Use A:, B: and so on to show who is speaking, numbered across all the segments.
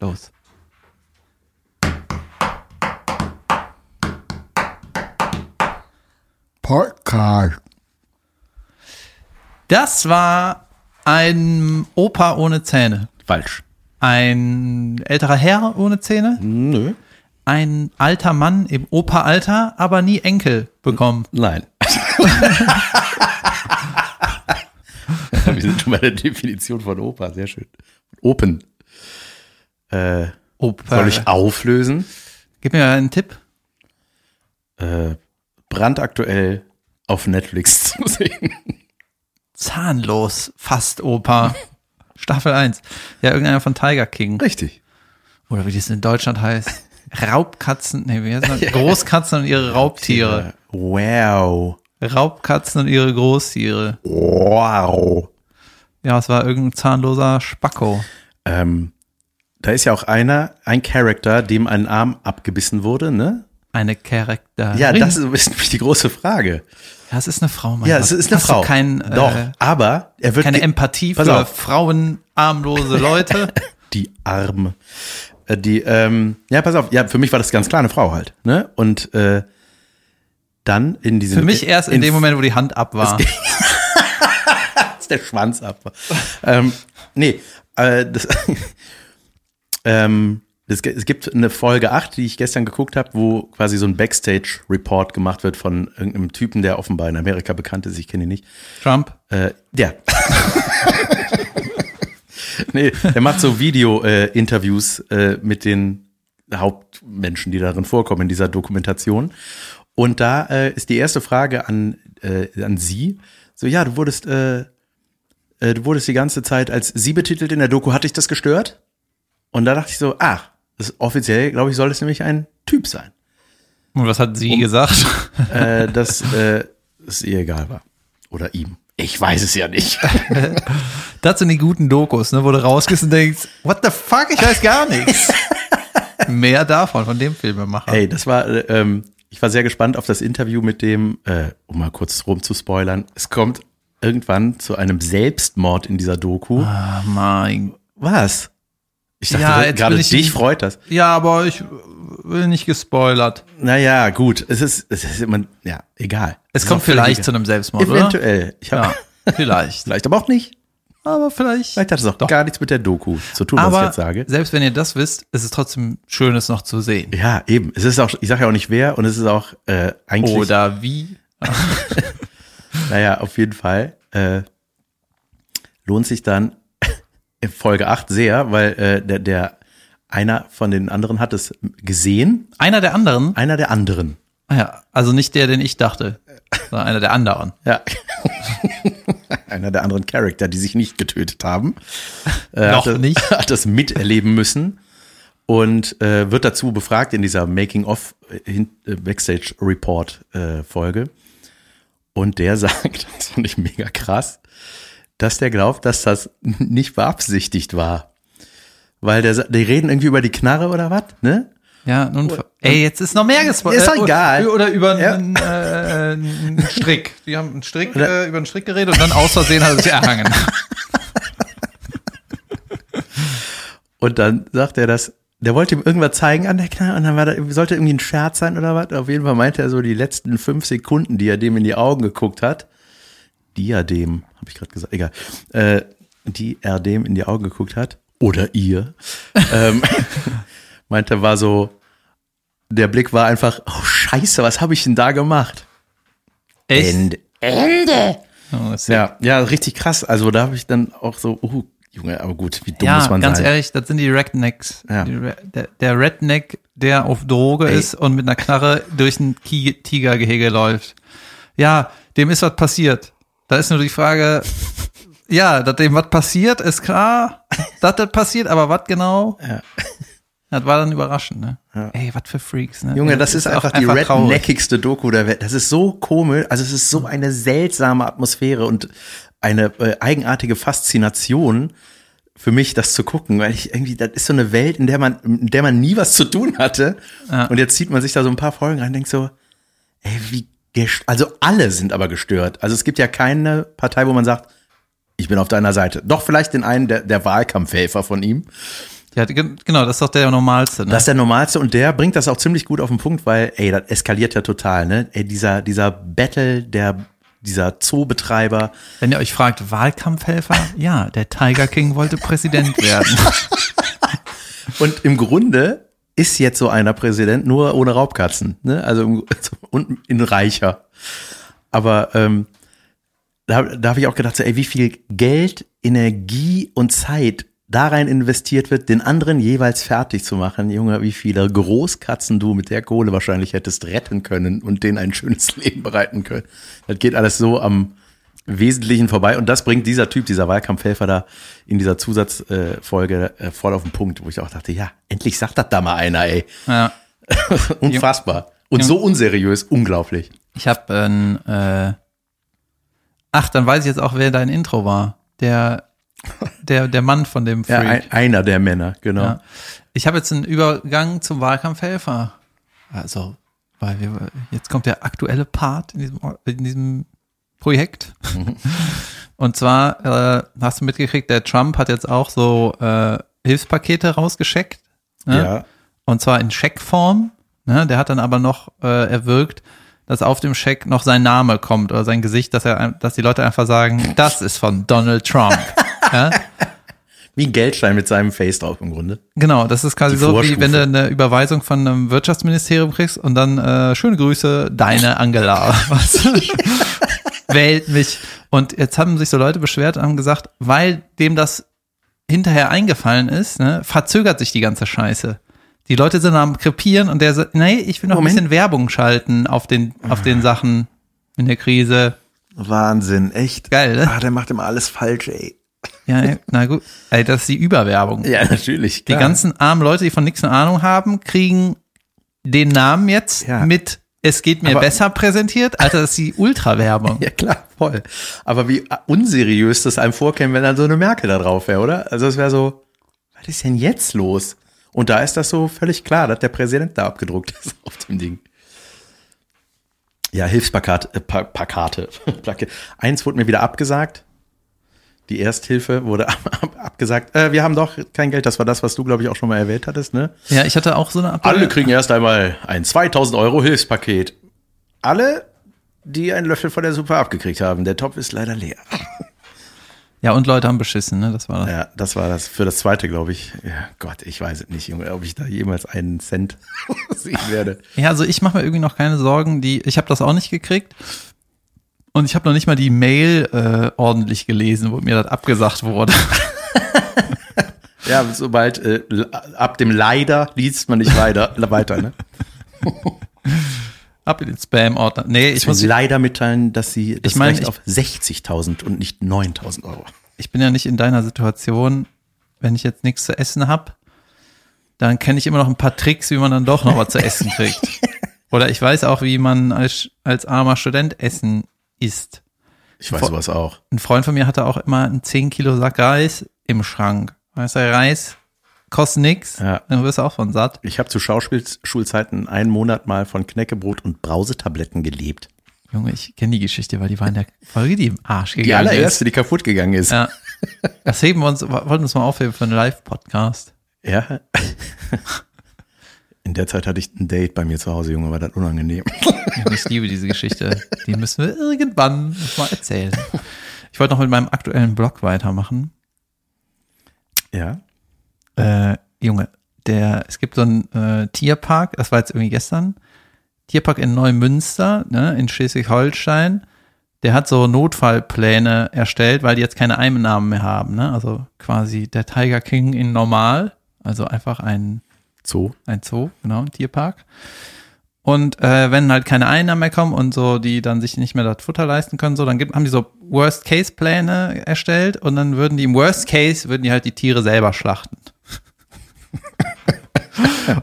A: Los.
B: Podcast.
A: Das war ein Opa ohne Zähne.
C: Falsch.
A: Ein älterer Herr ohne Zähne.
C: Nö.
A: Ein alter Mann im Opa-Alter, aber nie Enkel bekommen.
C: Nein. Wir sind schon bei der Definition von Opa. Sehr schön. Open. Äh,
A: Opa.
C: soll ich auflösen?
A: Gib mir einen Tipp.
C: Äh, brandaktuell auf Netflix zu sehen.
A: Zahnlos, fast Opa. Staffel 1. Ja, irgendeiner von Tiger King.
C: Richtig.
A: Oder wie das in Deutschland heißt. Raubkatzen, nee, wie heißt das? Großkatzen und ihre Raubtiere.
C: Wow.
A: Raubkatzen und ihre Großtiere.
C: Wow.
A: Ja, es war irgendein zahnloser Spacko.
C: Ähm, da ist ja auch einer, ein Charakter, dem ein Arm abgebissen wurde, ne?
A: Eine Charakter.
C: Ja, das ist ist die große Frage.
A: Ja, es ist eine Frau, mein
C: Ja,
A: Gott.
C: es ist eine
A: Hast
C: Frau.
A: Du kein, äh,
C: Doch, aber er wird
A: keine
C: ge-
A: Empathie
C: Pass
A: für
C: auf.
A: Frauen, armlose Leute.
C: die Arme. Äh, Die, ähm, ja, pass auf, ja, für mich war das ganz klar eine Frau halt, ne? Und äh, dann in diesem
A: für mich erst in dem Moment, wo die Hand ab war.
C: ist der Schwanz ab. ähm, nee, äh, das, ähm, das, es gibt eine Folge 8, die ich gestern geguckt habe, wo quasi so ein Backstage-Report gemacht wird von irgendeinem Typen, der offenbar in Amerika bekannt ist, ich kenne ihn nicht.
A: Trump.
C: Äh, ja. nee, der macht so Video-Interviews äh, mit den Hauptmenschen, die darin vorkommen, in dieser Dokumentation. Und da äh, ist die erste Frage an, äh, an sie. So, ja, du wurdest, äh, äh, du wurdest die ganze Zeit als sie betitelt in der Doku. Hat dich das gestört? Und da dachte ich so, ach, das ist offiziell, glaube ich, soll es nämlich ein Typ sein.
A: Und was hat
C: Um-
A: sie gesagt?
C: Äh, dass äh, es ihr egal war. Oder ihm. Ich weiß es ja nicht.
A: Das sind die guten Dokus, ne, wo du rausgehst und denkst, what the fuck, ich weiß gar nichts. Mehr davon, von dem Filmemacher.
C: Hey, das war, äh, ähm, ich war sehr gespannt auf das Interview mit dem, äh, um mal kurz rum zu spoilern. Es kommt irgendwann zu einem Selbstmord in dieser Doku.
A: Ah, mein.
C: Was? Ich dachte,
A: Ja, jetzt
C: gerade
A: bin ich-
C: dich freut das.
A: Ja, aber ich will nicht gespoilert.
C: Naja, gut. Es ist, es ist immer, ja, egal.
A: Es
C: ist
A: kommt
C: auch völlig
A: vielleicht
C: egal.
A: zu einem Selbstmord, oder?
C: Eventuell. Ich hab,
A: Ja, vielleicht.
C: Vielleicht aber auch nicht.
A: Aber vielleicht.
C: Vielleicht hat es auch gar nichts mit der Doku zu tun, was
A: aber
C: ich jetzt sage.
A: selbst wenn ihr das wisst, ist es trotzdem schön, es noch zu sehen.
C: Ja, eben. Es ist auch, ich sage ja auch nicht wer und es ist auch äh, eigentlich.
A: Oder wie?
C: Naja, auf jeden Fall äh, lohnt sich dann in Folge 8 sehr, weil äh, der, der einer von den anderen hat es gesehen,
A: Einer der anderen?
C: einer der anderen.
A: Ah Ja, also nicht der, den ich dachte, sondern einer der anderen.
C: Ja. einer der anderen Charakter, die sich nicht getötet haben. Äh,
A: Noch
C: hat das,
A: nicht.
C: Hat das miterleben müssen und äh, wird dazu befragt in dieser Making-of äh, hin- äh, Backstage Report äh, Folge. Und der sagt, das fand ich mega krass, dass der glaubt, dass das nicht beabsichtigt war. Weil der, sa- die reden irgendwie über die Knarre oder was, ne?
A: Ja, nun. Oh, Ey, jetzt ist noch mehr gespoilert.
C: Ist doch egal.
A: Oder über
C: Ja.
A: einen, äh, einen Strick. Die haben einen Strick, äh, über einen Strick geredet und dann aus Versehen hat er sich erhangen.
C: Und dann sagt er das, der wollte ihm irgendwas zeigen an der Knarre und dann war da, sollte irgendwie ein Scherz sein oder was. Auf jeden Fall meinte er so die letzten fünf Sekunden, die er dem in die Augen geguckt hat. Diadem, habe ich gerade gesagt, egal. Äh, die er dem in die Augen geguckt hat. Oder ihr. ähm, meinte, war so, der Blick war einfach, oh Scheiße, was habe ich denn da gemacht?
A: Echt? Oh, ist ja,
C: Ja, ja, richtig krass. Also da habe ich dann auch so, oh, Junge, aber gut, wie dumm
A: ja
C: muss man
A: ganz
C: sein.
A: ehrlich, das sind die Rednecks.
C: Ja.
A: Die Re der, der Redneck, der auf Droge
C: Ey.
A: ist und mit einer Knarre durch ein Ki Tigergehege läuft. Ja, dem ist was passiert. Da ist nur die Frage, ja, dass dem was passiert, ist klar, dass das passiert, aber was genau?
C: Ja.
A: Das war dann überraschend, ne? Ey, was für Freaks, ne?
C: Junge,
A: Ey,
C: das ist,
A: auch
C: einfach, die
A: traurig.
C: redneckigste Doku der Welt. Das ist so komisch. Also es ist so eine seltsame Atmosphäre und eine äh, eigenartige Faszination für mich, das zu gucken, weil ich irgendwie, das ist so eine Welt, in der man, in der man nie was zu tun hatte. Und jetzt zieht man sich da so ein paar Folgen rein und denkt so, ey, wie, gest- also alle sind aber gestört. Also es gibt ja keine Partei, wo man sagt, ich bin auf deiner Seite. Doch vielleicht den einen, der, der Wahlkampfhelfer von ihm.
A: Ja, ge- genau, das ist doch der normalste. Ne?
C: Das ist der normalste und der bringt das auch ziemlich gut auf den Punkt, weil, ey, das eskaliert ja total, ne? Ey, dieser, dieser Battle der, dieser Zoobetreiber.
A: Wenn ihr euch fragt, Wahlkampfhelfer, ja, der Tiger King wollte Präsident werden.
C: Und im Grunde ist jetzt so einer Präsident, nur ohne Raubkatzen, ne? Also, im, und in reicher. Aber, ähm, da, da habe ich auch gedacht, so, ey, wie viel Geld, Energie und Zeit da rein investiert wird, den anderen jeweils fertig zu machen. Junge, wie viele Großkatzen du mit der Kohle wahrscheinlich hättest retten können und denen ein schönes Leben bereiten können. Das geht alles so am Wesentlichen vorbei. Und das bringt dieser Typ, dieser Wahlkampfhelfer da in dieser Zusatzfolge äh, voll auf den Punkt, wo ich auch dachte, ja, endlich sagt das da mal einer, ey.
A: ja.
C: Unfassbar. Und so unseriös, unglaublich.
A: Ich habe ein, äh, ach, dann weiß ich jetzt auch, wer dein Intro war. Der, der, der Mann von dem
C: Ja,
A: Freak.
C: ein, einer der Männer, genau.
A: Ja. Ich habe jetzt einen Übergang zum Wahlkampfhelfer. Also, weil wir, jetzt kommt der aktuelle Part in diesem, in diesem Projekt.
C: Mhm.
A: Und zwar äh, hast du mitgekriegt, der Trump hat jetzt auch so äh, Hilfspakete rausgeschickt. Ne?
C: Ja.
A: Und zwar in Scheckform. Ne? Der hat dann aber noch äh, erwirkt, dass auf dem Scheck noch sein Name kommt oder sein Gesicht, dass er, ein- dass die Leute einfach sagen, das ist von Donald Trump.
C: Wie ein Geldschein mit seinem Face drauf im Grunde.
A: Genau, das ist quasi
C: Die
A: so, wie
C: Vorstufe.
A: wenn du eine Überweisung von einem Wirtschaftsministerium kriegst und dann äh, schöne Grüße, deine Angela. Weißt du? Wählt mich. Und jetzt haben sich so Leute beschwert und haben gesagt, weil dem das hinterher eingefallen ist, ne, verzögert sich die ganze Scheiße. Die Leute sind am krepieren und der sagt, nee, ich will noch
C: Moment. Ah.
A: ein bisschen Werbung schalten auf den, auf den Sachen in der Krise.
C: Wahnsinn, echt.
A: Geil, ne?
C: Ah, der macht immer alles falsch, ey.
A: Ja, ey, na gut. Ey, das ist die Überwerbung.
C: Ja, natürlich.
A: Die
C: klar.
A: ganzen armen Leute, die von nichts eine Ahnung haben, kriegen den Namen jetzt
C: Ja.
A: mit Es geht mir
C: Aber-
A: besser präsentiert. Alter, das ist die Ultra-Werbung.
C: Ja, klar, voll. Aber wie unseriös das einem vorkäme, wenn dann so eine Merke da drauf wäre, oder? Also es wäre so, was ist denn jetzt los? Und da ist das so völlig klar, dass der Präsident da abgedruckt ist auf dem Ding. Ja, Hilfsplakat, äh, pa Plakate. Plake- Eins wurde mir wieder abgesagt. Die Ersthilfe wurde ab, ab, abgesagt. Äh, wir haben doch kein Geld. Das war das, was du, glaube ich, auch schon mal erwähnt hattest, ne?
A: Ja, ich hatte auch so eine Abwehr.
C: Alle kriegen erst einmal ein 2000 Euro Hilfspaket. Alle, die einen Löffel von der Suppe abgekriegt haben. Der Topf ist leider leer.
A: Ja, und Leute haben beschissen, ne? Das war das.
C: Ja, das war das für das zweite, glaube ich. Ja, Gott, ich weiß es nicht, Junge, ob ich da jemals einen Cent sehen werde.
A: Ja, also ich mache mir irgendwie noch keine Sorgen. Die, ich habe das auch nicht gekriegt. Und ich habe noch nicht mal die Mail äh, ordentlich gelesen, wo mir das abgesagt wurde.
C: Ja, sobald äh, l- ab dem Leider liest man nicht weiter, weiter ne?
A: Ab in den Spam-Ordner. Nee, ich
C: Ich muss
A: muss,
C: leider mitteilen, dass sie das
A: Ich meine,
C: Recht
A: ich-
C: auf 60.000 und nicht 9.000 Euro.
A: ich bin ja nicht in deiner Situation, wenn ich jetzt nichts zu essen habe, dann kenne ich immer noch ein paar Tricks, wie man dann doch noch was zu essen kriegt. Oder ich weiß auch, wie man als, als armer Student Essen isst.
C: Ich weiß
A: Vor-
C: sowas auch.
A: Ein Freund von mir hatte auch immer einen 10 Kilo Sack Reis im Schrank. Weißt du, Reis kostet nix,
C: Ja.
A: dann wirst du auch von satt.
C: Ich habe zu Schauspielschulzeiten einen Monat mal von Knäckebrot und Brausetabletten gelebt.
A: Junge, ich kenne die Geschichte, weil die war in der Folge, die im Arsch gegangen
C: Die
A: ist.
C: allererste, die kaputt gegangen ist.
A: Ja. Das heben wir uns, wollten wir uns mal aufheben für einen Live-Podcast.
C: Ja. In der Zeit hatte ich ein Date bei mir zu Hause, Junge, war das unangenehm.
A: Junge, Ich liebe diese Geschichte. Die müssen wir irgendwann noch mal erzählen. Ich wollte noch mit meinem aktuellen Blog weitermachen.
C: Ja.
A: Äh, Junge, der, es gibt so einen äh, Tierpark, das war jetzt irgendwie gestern, Tierpark in Neumünster, ne, in Schleswig-Holstein. Der hat so Notfallpläne erstellt, weil die jetzt keine Einnahmen mehr haben. Ne? Also quasi der Tiger King in normal, also einfach ein
C: Zoo.
A: Ein Zoo, genau, ein Tierpark. Und äh, wenn halt keine Einnahmen mehr kommen und so, die dann sich nicht mehr das Futter leisten können, so, dann gibt, haben die so Worst-Case-Pläne erstellt und dann würden die im Worst-Case, würden die halt die Tiere selber schlachten.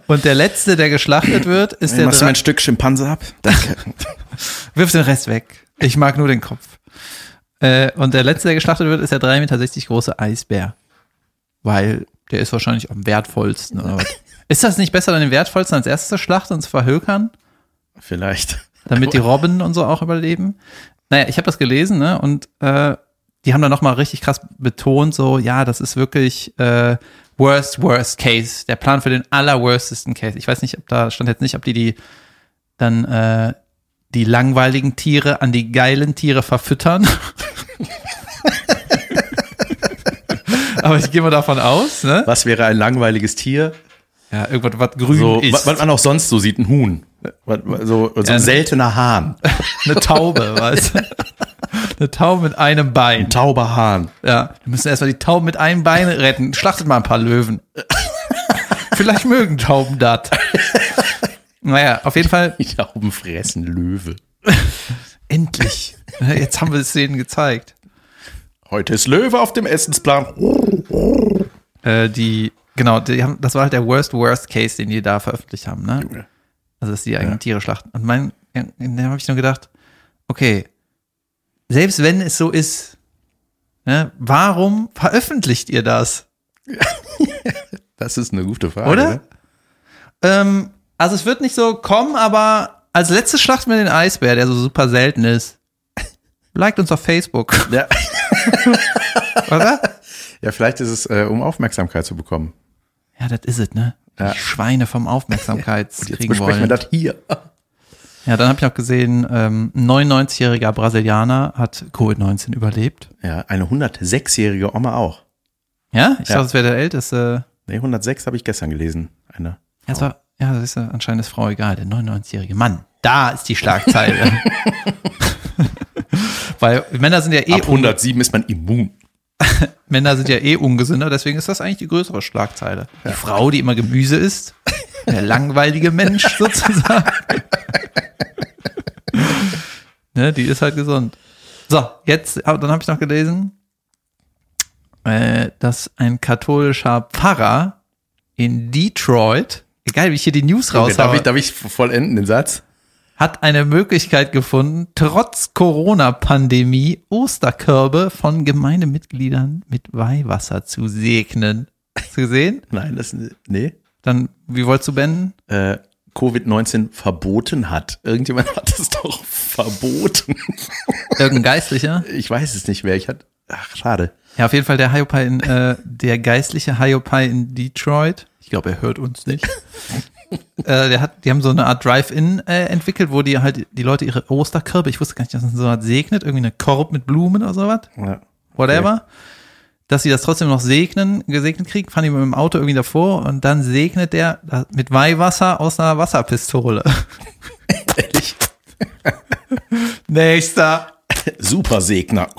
A: und der letzte, der geschlachtet wird, ist der,
C: machst du mir
A: Dra
C: ein Stück Schimpanse ab? Danke.
A: wirf den Rest weg. Ich mag nur den Kopf. Äh, und der letzte, der geschlachtet wird, ist der 3,60 Meter große Eisbär. Weil der ist wahrscheinlich am wertvollsten oder was. Ist das nicht besser, dann den wertvollsten als erstes zu schlachten und zu verhökern?
C: Vielleicht.
A: damit die Robben und so auch überleben. Naja, ich habe das gelesen, ne? Und äh, die haben dann nochmal richtig krass betont, so, ja, das ist wirklich äh, Worst, worst case. Der Plan für den allerworstesten Case. Ich weiß nicht, ob da stand jetzt nicht, ob die die dann äh, die langweiligen Tiere an die geilen Tiere verfüttern. Aber ich gehe mal davon aus, ne?
C: Was wäre ein langweiliges Tier?
A: Ja, irgendwas, was grün
C: So, wa-
A: ist.
C: was man auch sonst so sieht, ein Huhn. Was- was- So, so
A: Ja.
C: ein seltener Hahn.
A: Eine Taube, weißt du? Eine Taube mit einem Bein.
C: Ein tauber Hahn.
A: Ja, wir müssen erstmal die Tauben mit einem Bein retten. Schlachtet mal ein paar Löwen. Vielleicht mögen Tauben das. Naja, auf jeden Fall,
C: Die Tauben fressen Löwe.
A: endlich. Jetzt haben wir es denen gezeigt.
C: Heute ist Löwe auf dem Essensplan.
A: Äh, die, genau, die haben, das war halt der worst, worst case, den die da veröffentlicht haben, ne? Also, dass die eigenen Tiere schlachten. Und mein, in, in dem habe ich nur gedacht, okay, selbst wenn es so ist, ne, warum veröffentlicht ihr das?
C: Das ist eine gute Frage.
A: Oder?
C: ne?
A: Ähm, also es wird nicht so kommen, aber als letzte Schlacht mit dem Eisbär, der so super selten ist. Liked uns auf Facebook,
C: Ja.
A: oder?
C: ja, vielleicht ist es, äh, um Aufmerksamkeit zu bekommen.
A: ja, das ist es, ne? Die
C: Ja.
A: Schweine vom
C: Und
A: Aufmerksamkeits
C: jetzt
A: kriegen
C: besprechen
A: wollen.
C: wir das hier.
A: Ja, dann habe ich noch gesehen, ähm, ein 99-jähriger Brasilianer hat Covid-19 überlebt.
C: Ja, eine 106-jährige Oma auch.
A: Ja? Ich
C: Ja.
A: dachte, es wäre der älteste.
C: Nee, 106 habe ich gestern gelesen. Eine.
A: Ja, das war, ja, das ist ja anscheinend ist Frau egal, der 99-jährige Mann. Da ist die Schlagzeile. Weil Männer sind ja eh
C: Ab 107 ist man immun.
A: Männer sind ja eh ungesünder, deswegen ist das eigentlich die größere Schlagzeile. Die Frau, die immer Gemüse isst, der langweilige Mensch sozusagen. ne, die ist halt gesund. So, jetzt, ah, dann habe ich noch gelesen, äh, dass ein katholischer Pfarrer in Detroit, egal wie ich hier die News
C: darf,
A: raushaue,
C: ich, darf ich vollenden den Satz?
A: hat eine Möglichkeit gefunden, trotz Corona-Pandemie Osterkörbe von Gemeindemitgliedern mit Weihwasser zu segnen. Hast du gesehen?
C: Nein, das nee.
A: Dann, wie wolltest du beenden?
C: Äh, Covid-19 verboten hat. Irgendjemand hat es doch verboten.
A: Irgendein Geistlicher?
C: Ich weiß es nicht mehr. Ich hatte, ach, schade.
A: Ja, auf jeden Fall der Hiopai in, äh, der geistliche Hiopai in Detroit. Ich glaube, er hört uns nicht. äh, der hat, die haben so eine Art Drive-In äh, entwickelt, wo die halt die Leute ihre Osterkörbe, ich wusste gar nicht, dass man so was segnet, irgendwie eine Korb mit Blumen oder sowas.
C: Ja.
A: whatever, dass sie das trotzdem noch segnen, gesegnet kriegen, fahren die mit dem Auto irgendwie davor und dann segnet der das mit Weihwasser aus einer Wasserpistole.
C: Ehrlich?
A: Nächster.
C: Super Segner.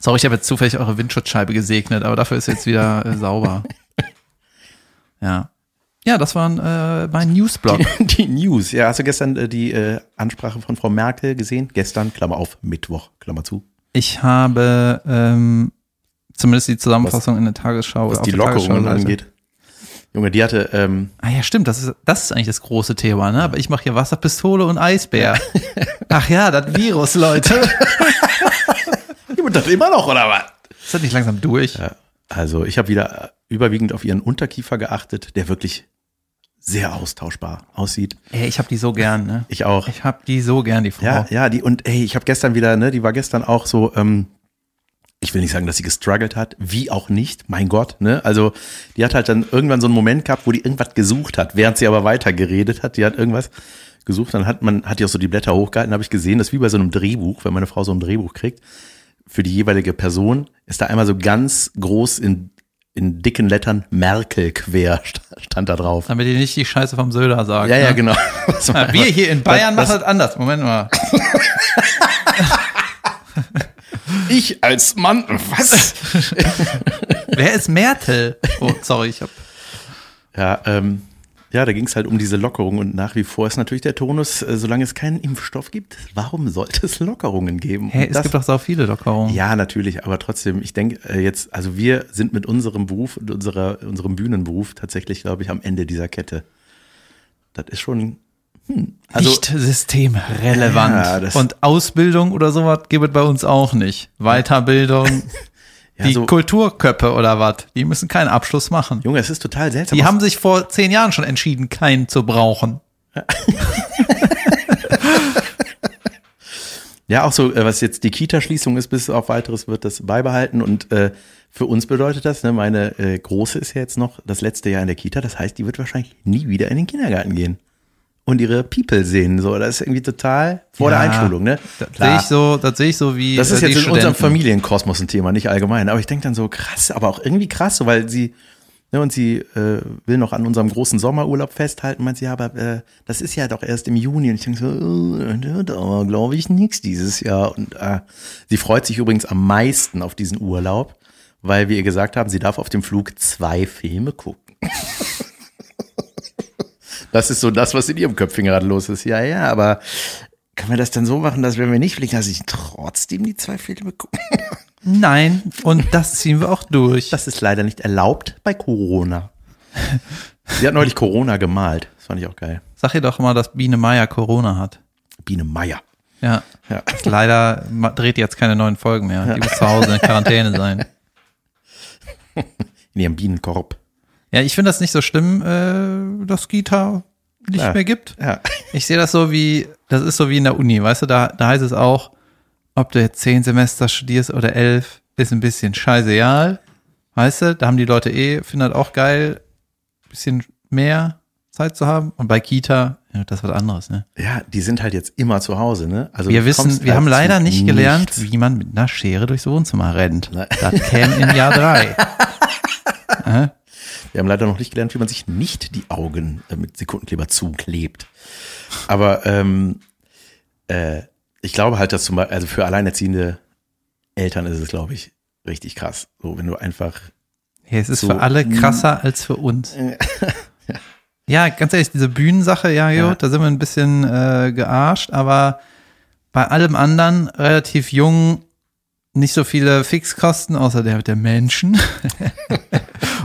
A: Sorry, ich habe jetzt zufällig eure Windschutzscheibe gesegnet, aber dafür ist jetzt wieder äh, sauber. Ja. Ja, das war äh, mein Newsblog.
C: Die News. Ja, hast du gestern äh, die äh, Ansprache von Frau Merkel gesehen? Gestern, Klammer auf, Mittwoch, Klammer zu.
A: Ich habe ähm, zumindest die Zusammenfassung in der Tagesschau.
C: Was
A: auf
C: die ne?
A: der Tagesschau
C: Lockerungen
A: gelesen.
C: angeht. Junge, die hatte, ähm,
A: Ah ja, stimmt, das ist, das ist eigentlich das große Thema, ne? Aber ich mache hier Wasserpistole und Eisbär. Ach ja, das Virus, Leute.
C: die wird das immer noch, oder was?
A: Ist das nicht langsam durch?
C: Ja, also ich habe wieder überwiegend auf ihren Unterkiefer geachtet, der wirklich sehr austauschbar aussieht.
A: Ey, ich hab die so gern, ne?
C: Ich auch.
A: Ich hab die so gern, die Frau.
C: Ja, ja, die und ey, ich habe gestern wieder, ne, die war gestern auch so, ähm, ich will nicht sagen, dass sie gestruggelt hat, wie auch nicht, mein Gott, ne? Also, die hat halt dann irgendwann so einen Moment gehabt, wo die irgendwas gesucht hat, während sie aber weiter geredet hat, die hat irgendwas gesucht, dann hat man hat die auch so die Blätter hochgehalten, habe ich gesehen, das ist wie bei so einem Drehbuch, wenn meine Frau so ein Drehbuch kriegt, für die jeweilige Person ist da einmal so ganz groß in in dicken Lettern Merkel quer stand da drauf.
A: Damit ihr nicht die Scheiße vom Söder sagt.
C: Ja, ja,
A: ne?
C: genau. Das war
A: Ja, wir
C: einfach-
A: hier in Bayern
C: das-
A: machen das anders. Moment mal.
C: ich als Mann, was?
A: Wer ist Mertel? Oh, sorry, ich hab.
C: Ja, ähm, ja, da ging es halt um diese Lockerung und nach wie vor ist natürlich der Tonus, äh, solange es keinen Impfstoff gibt, warum sollte es Lockerungen geben?
A: Hey,
C: Und
A: es
C: das-
A: gibt doch so viele Lockerungen.
C: ja, natürlich, aber trotzdem, ich denke äh, jetzt, also wir sind mit unserem Beruf und unserer, unserem Bühnenberuf tatsächlich, glaube ich, am Ende dieser Kette. Das ist schon, hm, also
A: nicht systemrelevant.
C: Ja, das-
A: Und Ausbildung oder sowas gibt es bei uns auch nicht. Weiterbildung,
C: ja,
A: die
C: so,
A: Kulturköppe oder was, die müssen keinen Abschluss machen.
C: Junge, es ist total seltsam.
A: Die
C: Was-
A: haben sich vor zehn Jahren schon entschieden, keinen zu brauchen.
C: Ja, auch so, äh, was jetzt die Kita-Schließung ist, bis auf weiteres wird das beibehalten. Und äh, für uns bedeutet das, ne, meine äh, Große ist ja jetzt noch das letzte Jahr in der Kita. Das heißt, die wird wahrscheinlich nie wieder in den Kindergarten gehen. Und ihre People sehen. So, das ist irgendwie total vor der
A: Ja.
C: Einschulung, ne?
A: Das sehe
C: Klar.
A: ich so, das sehe ich so wie.
C: Das ist
A: äh,
C: jetzt
A: die
C: in unserem
A: Studenten.
C: Familienkosmos ein Thema, nicht allgemein. Aber ich denke dann so, krass, aber auch irgendwie krass, so, weil sie, ne, und sie äh, will noch an unserem großen Sommerurlaub festhalten, meint sie, ja, aber äh, das ist ja doch erst im Juni. Und ich denke so, äh, da glaube ich nichts dieses Jahr. Und äh, sie freut sich übrigens am meisten auf diesen Urlaub, weil wir ihr gesagt haben, sie darf auf dem Flug zwei Filme gucken. Das ist so das, was in ihrem Köpfchen gerade los ist. Ja, ja, aber können wir das dann so machen, dass wenn wir nicht fliegen, dass ich trotzdem die zwei Filme gucke?
A: Nein, und das ziehen wir auch durch.
C: Das ist leider nicht erlaubt bei Corona. Sie hat neulich Corona gemalt. Das fand ich auch geil.
A: Sag ihr doch mal, dass Biene Meier Corona hat.
C: Biene Meier.
A: Ja.
C: Ja.
A: Leider ma- dreht die jetzt keine neuen Folgen mehr. Die muss zu Hause in Quarantäne sein.
C: In ihrem Bienenkorb.
A: Ja, ich finde das nicht so schlimm, äh, dass Kita nicht
C: Klar.
A: mehr gibt.
C: Ja.
A: Ich sehe das so wie, das ist so wie in der Uni, weißt du, da, da heißt es auch, ob du jetzt zehn Semester studierst oder elf, ist ein bisschen scheißegal. Weißt du, da haben die Leute eh, finden das auch geil, bisschen mehr Zeit zu haben. Und bei Kita, ja, das ist was anderes, ne?
C: Ja, die sind halt jetzt immer zu Hause, ne? Also
A: Wir
C: du
A: wissen,
C: kommst
A: wir haben
C: halt
A: leider
C: zu
A: nicht gelernt,
C: nichts.
A: wie man mit einer Schere durchs Wohnzimmer rennt.
C: Ne.
A: Das käme in Jahr drei.
C: Wir haben leider noch nicht gelernt, wie man sich nicht die Augen äh, mit Sekundenkleber zuklebt. Aber ähm, äh, ich glaube halt, dass zum Beispiel, also für alleinerziehende Eltern ist es, glaube ich, richtig krass. So, wenn du einfach
A: Ja, es ist
C: So,
A: für alle krasser als für uns. ja, ganz ehrlich, diese Bühnensache, ja, jo,
C: Ja.
A: da sind wir ein bisschen äh, gearscht, aber bei allem anderen relativ jung, nicht so viele Fixkosten, außer der mit der Menschen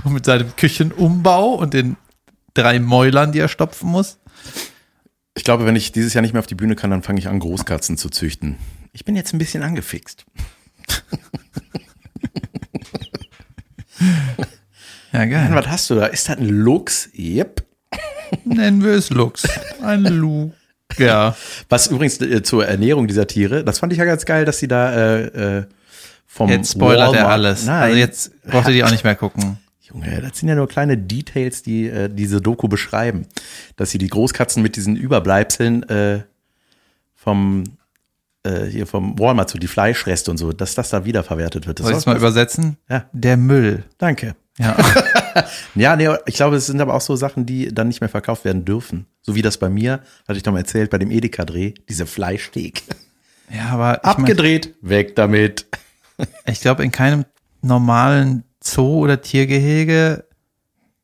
A: und mit seinem Küchenumbau und den drei Mäulern, die er stopfen muss.
C: Ich glaube, wenn ich dieses Jahr nicht mehr auf die Bühne kann, dann fange ich an, Großkatzen zu züchten. Ich bin jetzt ein bisschen angefixt.
A: Ja, geil.
C: Hm, Was hast du da? Ist das ein Lux? Yep.
A: Nennen wir es Lux. Ein Lu. Ja.
C: Was übrigens äh, zur Ernährung dieser Tiere, das fand ich ja ganz geil, dass sie da äh, äh, vom
A: Jetzt spoilert er
C: Walmart-
A: alles.
C: Nein,
A: Also jetzt braucht ihr die auch nicht mehr gucken.
C: Junge, das sind ja nur kleine Details, die äh, diese Doku beschreiben. Dass sie die Großkatzen mit diesen Überbleibseln äh, vom äh, hier vom Walmart, so die Fleischreste und so, dass das da wiederverwertet wird. Das
A: Soll ich
C: war-
A: es mal übersetzen?
C: Ja.
A: Der Müll.
C: Danke.
A: Ja.
C: Ja, nee, ich glaube, es sind aber auch so Sachen, die dann nicht mehr verkauft werden dürfen. So wie das bei mir, hatte ich doch mal erzählt, bei dem Edeka-Dreh, diese Fleischtheke.
A: Ja, aber ich, mein,
C: Abgedreht, weg damit.
A: ich glaube, in keinem normalen Zoo oder Tiergehege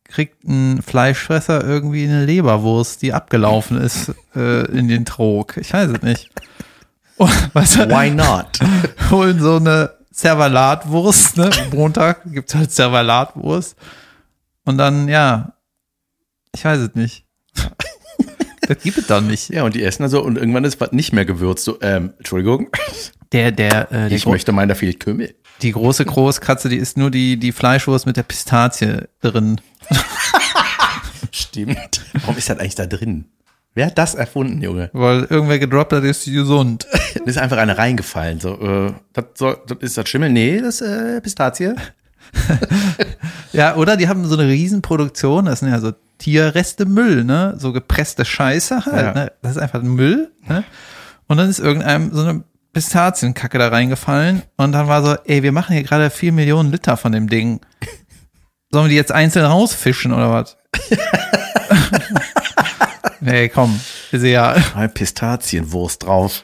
A: kriegt ein Fleischfresser irgendwie eine Leberwurst, die abgelaufen ist äh, in den Trog. Ich weiß es nicht. Und, weißt du,
C: Why not?
A: holen so eine Servalatwurst, ne? Montag gibt's halt Servalatwurst. Und dann, ja, ich weiß es nicht. Das gibt es doch nicht.
C: ja, und die essen also, und irgendwann ist was nicht mehr gewürzt. So, ähm, Entschuldigung,
A: Der, der, äh, der
C: ich
A: Gro
C: möchte meinen, da fehlt Kümmel.
A: die große Großkatze, die isst nur die, die Fleischwurst mit der Pistazie drin.
C: Stimmt. Warum ist das eigentlich da drin? Wer hat das erfunden, Junge?
A: Weil irgendwer gedroppt hat, ist sie gesund.
C: Da ist einfach eine reingefallen. So, äh, das soll, das ist das Schimmel? Nee, das äh, Pistazie.
A: Ja, oder? Die haben so eine Riesenproduktion, das sind ja so Tierreste Müll, ne? So gepresste Scheiße halt,
C: Ja.
A: ne? Das ist einfach Müll, ne? Und dann ist irgendeinem so eine Pistazienkacke da reingefallen und dann war so, ey, wir machen hier gerade vier Millionen Liter von dem Ding. Sollen wir die jetzt einzeln rausfischen oder was? nee, komm. Ist ja.
C: Mal Pistazienwurst drauf.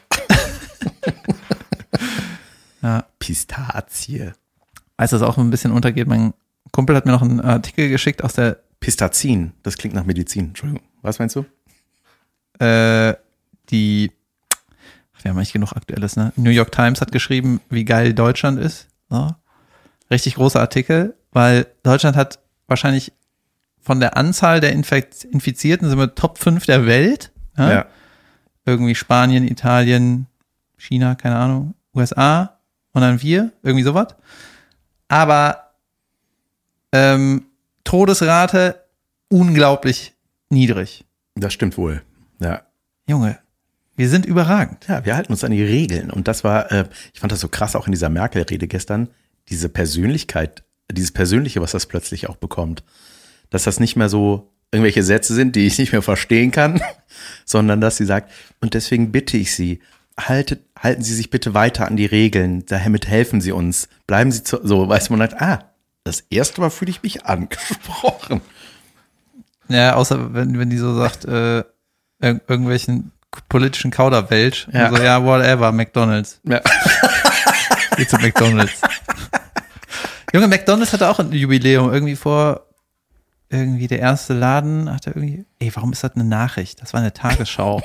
A: Ja.
C: Pistazie.
A: Als das auch ein bisschen untergeht, mein Kumpel hat mir noch einen Artikel geschickt aus der
C: Pistazin, das klingt nach Medizin. Entschuldigung. Was meinst du?
A: äh, die, ach, wir haben eigentlich genug Aktuelles, ne? New York Times hat geschrieben, wie geil Deutschland ist. So. Richtig großer Artikel, weil Deutschland hat wahrscheinlich von der Anzahl der Infekt Infizierten sind wir Top 5 der Welt. ne? Irgendwie Spanien, Italien, China, keine Ahnung, USA und dann wir, irgendwie sowas. Aber ähm, Todesrate unglaublich niedrig.
C: das stimmt wohl. Ja.
A: Junge, Wir sind überragend.
C: Ja, wir halten uns an die Regeln. Und das war, äh, ich fand das so krass auch in dieser Merkel-Rede gestern, diese Persönlichkeit, dieses Persönliche, was das plötzlich auch bekommt. Dass das nicht mehr so irgendwelche Sätze sind, die ich nicht mehr verstehen kann, sondern dass sie sagt, und deswegen bitte ich Sie, haltet, halten Sie sich bitte weiter an die Regeln, damit helfen Sie uns, bleiben Sie zu, so, weiß man halt, ah, das erste Mal fühle ich mich angesprochen.
A: Ja, außer wenn, wenn die so sagt, äh, ir irgendwelchen politischen Kauderwelsch.
C: Ja.
A: Ja. So, ja, whatever, McDonalds.
C: Ja.
A: Geh zu McDonalds. Junge, McDonalds hatte auch ein Jubiläum. Irgendwie vor, irgendwie der erste Laden hatte irgendwie, ey, warum ist das eine Nachricht? Das war eine Tagesschau.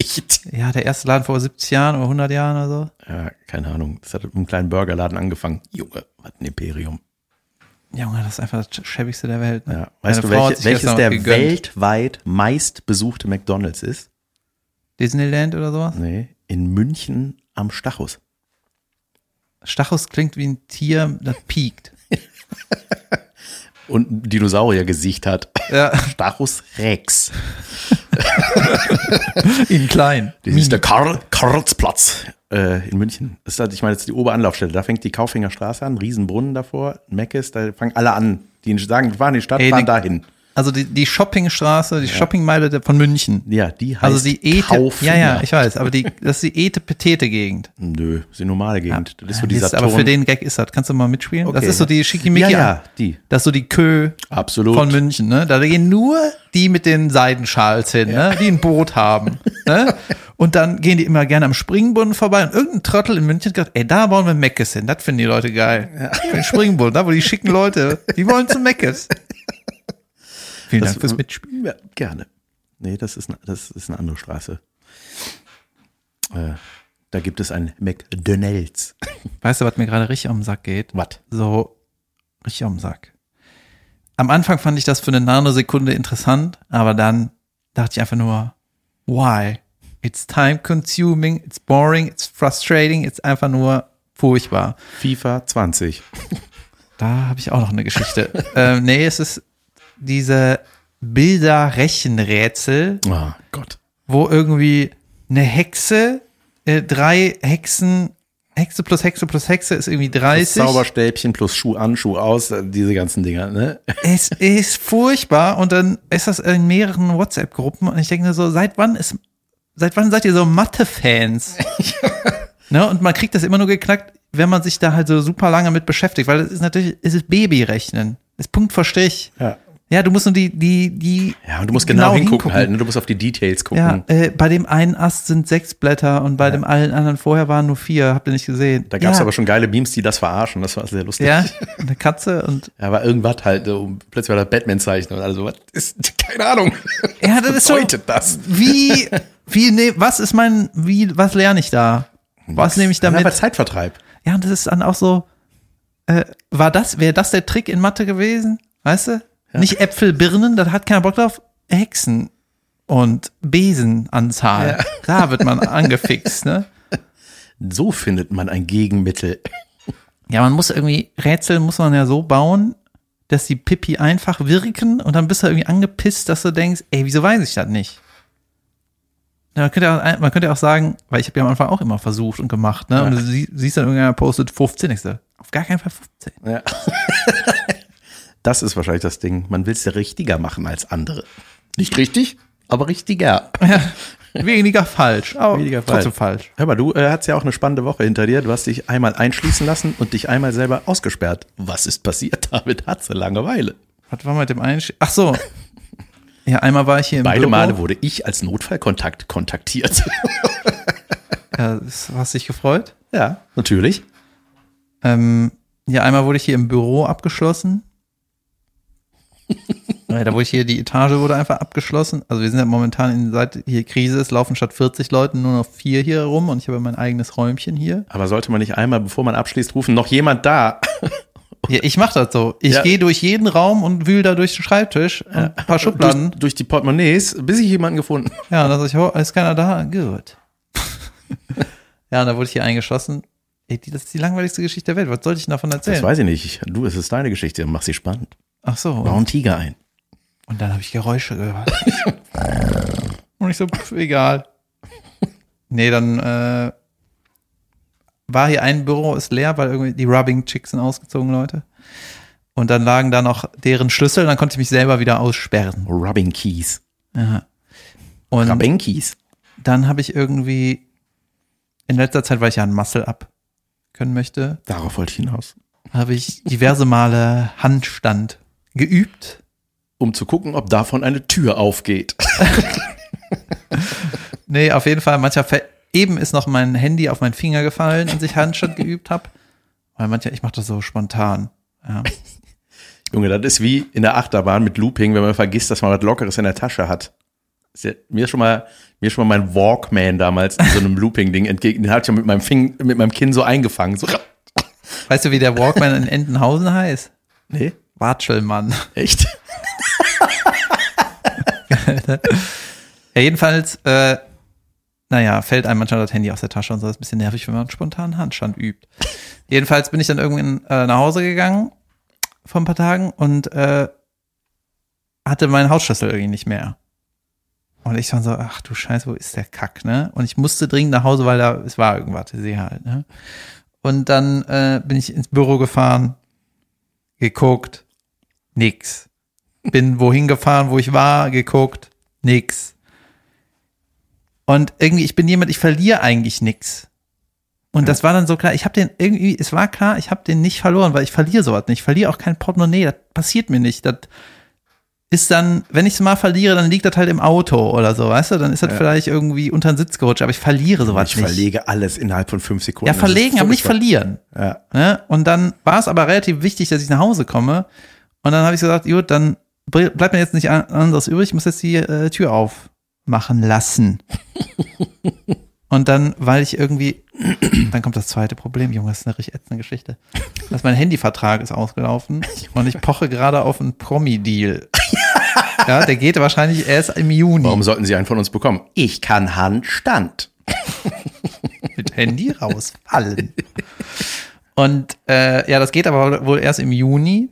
C: Echt?
A: ja, der erste Laden vor 70 Jahren oder 100 Jahren oder so.
C: Ja, Äh, keine Ahnung. Das hat mit einem kleinen Burgerladen angefangen. Junge, was ein Imperium.
A: Junge, das ist einfach das schäbigste der Welt. Ne?
C: Ja. Weißt
A: Meine
C: du,
A: Frau hat
C: welche,
A: sich
C: welches
A: gestern
C: der
A: gegönnt.
C: weltweit meistbesuchte McDonalds ist?
A: Disneyland oder sowas?
C: Nee, in München am Stachus.
A: Stachus klingt wie ein Tier, das piekt.
C: Und ein Dinosauriergesicht hat.
A: Ja,
C: Stachus Rex.
A: in klein.
C: Das ist der Karl Karlsplatz Hm. äh, in München. Das ist halt, ich meine, das ist die Oberanlaufstelle. Da fängt die Kaufingerstraße an, Riesenbrunnen davor, Meckes, da fangen alle an. Die sagen, wir fahren in die Stadt,
A: Ey,
C: fahren
A: die-
C: dahin.
A: Also die, die Shoppingstraße, die Shoppingmeile der- von München.
C: Ja, die heißt
A: Also die Ete,
C: Kaufinger.
A: ja, ja, ich weiß, aber die, das ist die Ete-Petete-Gegend.
C: Nö, ist die normale Gegend. Das ist so
A: Ja,
C: dieser
A: ist- aber
C: Ton.
A: für den Gag ist das. Kannst du mal mitspielen? das
C: Okay.
A: ist so die
C: ja,
A: Schickimicki.
C: ja, die.
A: Das ist so die Kö
C: Absolut.
A: von München, ne? Da gehen nur die mit den Seidenschals hin, ne? Die ein Boot haben, ne? Und dann gehen die immer gerne am Springbrunnen vorbei und irgendein Trottel in München hat gesagt, ey, da bauen wir Meckes hin. Das finden die Leute geil. Ja. Den Springbrunnen, da wo die schicken Leute, die wollen zu Meckes. Vielen
C: Das-
A: Dank fürs Mitspielen.
C: Ja, gerne. Nee, das ist, ne- das ist eine andere Straße. Äh, da gibt es ein McDonalds.
A: Weißt du, was mir gerade richtig am Sack geht?
C: Was?
A: so richtig am Sack. Am Anfang fand ich das für eine Nanosekunde interessant, aber dann dachte ich einfach nur, why? It's time consuming, it's boring, it's frustrating, it's einfach nur furchtbar.
C: FIFA 20.
A: Da habe ich auch noch eine Geschichte. ähm, nee, es ist diese Bilderrechenrätsel,
C: Ah, Gott.
A: wo irgendwie eine Hexe, äh, drei Hexen, Hexe plus Hexe plus Hexe ist irgendwie 30.
C: Zauberstäbchen plus Schuh an, Schuh aus, äh, diese ganzen Dinger, ne?
A: Es ist furchtbar und dann ist das in mehreren WhatsApp-Gruppen und ich denke mir so, seit wann ist, seit wann seid ihr so Mathe-Fans? ne, und man kriegt das immer nur geknackt, wenn man sich da halt so super lange mit beschäftigt, weil das ist natürlich, es ist Babyrechnen. Das ist Punkt verstich.
C: Ja.
A: Ja, du musst nur die, die, die,
C: Ja, und du musst genau,
A: Genau
C: hingucken,
A: hingucken.
C: halt, ne? Du musst auf die Details
A: ja,
C: gucken.
A: äh, bei dem einen Ast sind sechs Blätter und bei dem allen anderen vorher waren nur vier, habt ihr nicht gesehen.
C: Da gab es
A: ja,
C: aber schon geile Beams, die das verarschen. Das war sehr lustig.
A: Ja, eine Katze und
C: Aber irgendwas halt, so, plötzlich war das Batman-Zeichen und also was ist, keine Ahnung.
A: Ja, das ist so-
C: bedeutet das?
A: wie, wie, ne, was ist mein, wie, was lerne ich da? Was nehme ich
C: Damit
A: damit?
C: aber Zeitvertreib.
A: Ja, und das ist dann auch so, äh, war das, wäre das der Trick in Mathe gewesen? Weißt du? Nicht Äpfel, Birnen, da hat keiner Bock drauf. Hexen und Besenanzahl. Da wird man angefixt, ne?
C: So findet man ein Gegenmittel.
A: Ja, man muss irgendwie, Rätsel muss man ja so bauen, dass die Pipi einfach wirken und dann bist du irgendwie angepisst, dass du denkst, ey, wieso weiß ich das nicht? Ja, man, könnte ja, auch- man könnte ja auch sagen, weil ich habe ja am Anfang auch immer versucht und gemacht, ne? Und du sie- siehst dann irgendeiner postet 15, denkst du, auf gar keinen Fall 15.
C: Ja. Das ist wahrscheinlich das Ding. Man will es ja richtiger machen als andere. Nicht richtig, aber richtiger.
A: Weniger falsch, aber
C: Weniger
A: trotzdem falsch.
C: Hör mal, du äh, hast ja auch eine spannende Woche hinter dir. Du hast dich einmal einschließen lassen und dich einmal selber ausgesperrt. Was ist passiert? Damit hat sie Langeweile.
A: Was war mit dem Einstieg? Ach so. Ja, einmal war ich hier im
C: Beide
A: Büro.
C: Male wurde ich als Notfallkontakt kontaktiert.
A: Ja, das- hast dich gefreut?
C: ja, natürlich.
A: Ähm, ja, einmal wurde ich hier im Büro abgeschlossen. ja, da wurde ich hier, die Etage wurde einfach abgeschlossen. Also wir sind ja momentan in, seit hier Krise ist, laufen statt 40 Leuten nur noch vier hier rum und ich habe mein eigenes Räumchen hier.
C: Aber sollte man nicht einmal, bevor man abschließt, rufen, noch jemand da?
A: Ja, ich mache das so. Ich
C: Ja.
A: gehe durch jeden Raum und wühl da durch den Schreibtisch und ein paar Schubladen.
C: Durch, durch die Portemonnaies, bis ich jemanden gefunden
A: Ja, und dann sag ich, oh, ist keiner da? Gut. ja, und da wurde ich hier eingeschossen. Ey, die, das ist die langweiligste Geschichte der Welt. Was sollte ich denn davon
C: Das
A: erzählen?
C: weiß ich nicht. Du, es ist deine Geschichte. Mach sie spannend.
A: Ach so.
C: Bau einen Tiger ein.
A: Und dann habe ich Geräusche gehört. und ich so, pff, egal. Nee, dann äh, war hier ein Büro, ist leer, weil irgendwie die Rubbing Chicks sind ausgezogen, Leute. Und dann lagen da noch deren Schlüssel, dann konnte ich mich selber wieder aussperren.
C: Rubbing Keys.
A: Ja. Und
C: Rubbing Keys.
A: dann habe ich irgendwie in letzter Zeit, weil ich ja ein Muscle-Up können möchte,
C: Darauf wollte ich hinaus.
A: habe ich diverse Male Handstand geübt.
C: Um zu gucken, ob davon eine Tür aufgeht.
A: Nee, auf jeden Fall, mancher Fe eben ist noch mein Handy auf meinen Finger gefallen, als ich Handstand geübt habe. Weil mancher, ich mache das so spontan. Ja.
C: Junge, das ist wie in der Achterbahn mit Looping, wenn man vergisst, dass man was Lockeres in der Tasche hat. Ist ja- Mir ist schon mal, mir ist schon mal mein Walkman damals in so einem Looping-Ding entgegen. Den hatte ich ja mit meinem Fing, mit meinem Kinn so eingefangen. So.
A: Weißt du, wie der Walkman in Entenhausen heißt?
C: Nee,
A: Watschelmann.
C: echt?
A: Ja, jedenfalls, äh, naja, fällt einem manchmal das Handy aus der Tasche und so. Das ist ein bisschen nervig, wenn man einen spontanen Handstand übt. jedenfalls bin ich dann irgendwann äh, nach Hause gegangen vor ein paar Tagen und äh, hatte meinen Hausschlüssel irgendwie nicht mehr. Und ich dann so, ach du Scheiße, wo ist der Kack, ne? Und ich musste dringend nach Hause, weil da, es war irgendwas, ich sehe halt, ne? Und dann äh, bin ich ins Büro gefahren, geguckt, nix. Bin wohin gefahren, wo ich war, geguckt, nix. Und irgendwie, ich bin jemand, ich verliere eigentlich nix. Und das war dann so klar, ich habe den irgendwie, es war klar, ich habe den nicht verloren, weil ich verliere sowas nicht. Ich verliere auch kein Portemonnaie, das passiert mir nicht. Das ist dann, wenn ich es mal verliere, dann liegt das halt im Auto oder so, weißt du? Dann ist das vielleicht irgendwie unter den Sitz gerutscht, aber ich verliere sowas
C: Ich
A: nicht.
C: verlege alles innerhalb von fünf Sekunden.
A: Ja,
C: Das ist
A: verlegen, aber nicht
C: furchtbar.
A: verlieren.
C: Ja.
A: Ne? Und dann war es aber relativ wichtig, dass ich nach Hause komme. Und dann habe ich gesagt, gut, dann br- bleibt mir jetzt nicht an- anderes übrig, ich muss jetzt die äh, Tür aufmachen lassen. Und dann, weil ich irgendwie, dann kommt das zweite Problem, Junge, das ist eine richtig ätzende Geschichte. Dass mein Handyvertrag ist ausgelaufen und ich poche gerade auf einen Promi-Deal. Ja, der geht wahrscheinlich erst im Juni.
C: Warum sollten Sie einen von uns bekommen? Ich kann Handstand.
A: mit Handy rausfallen. Und äh, ja, das geht aber wohl erst im Juni.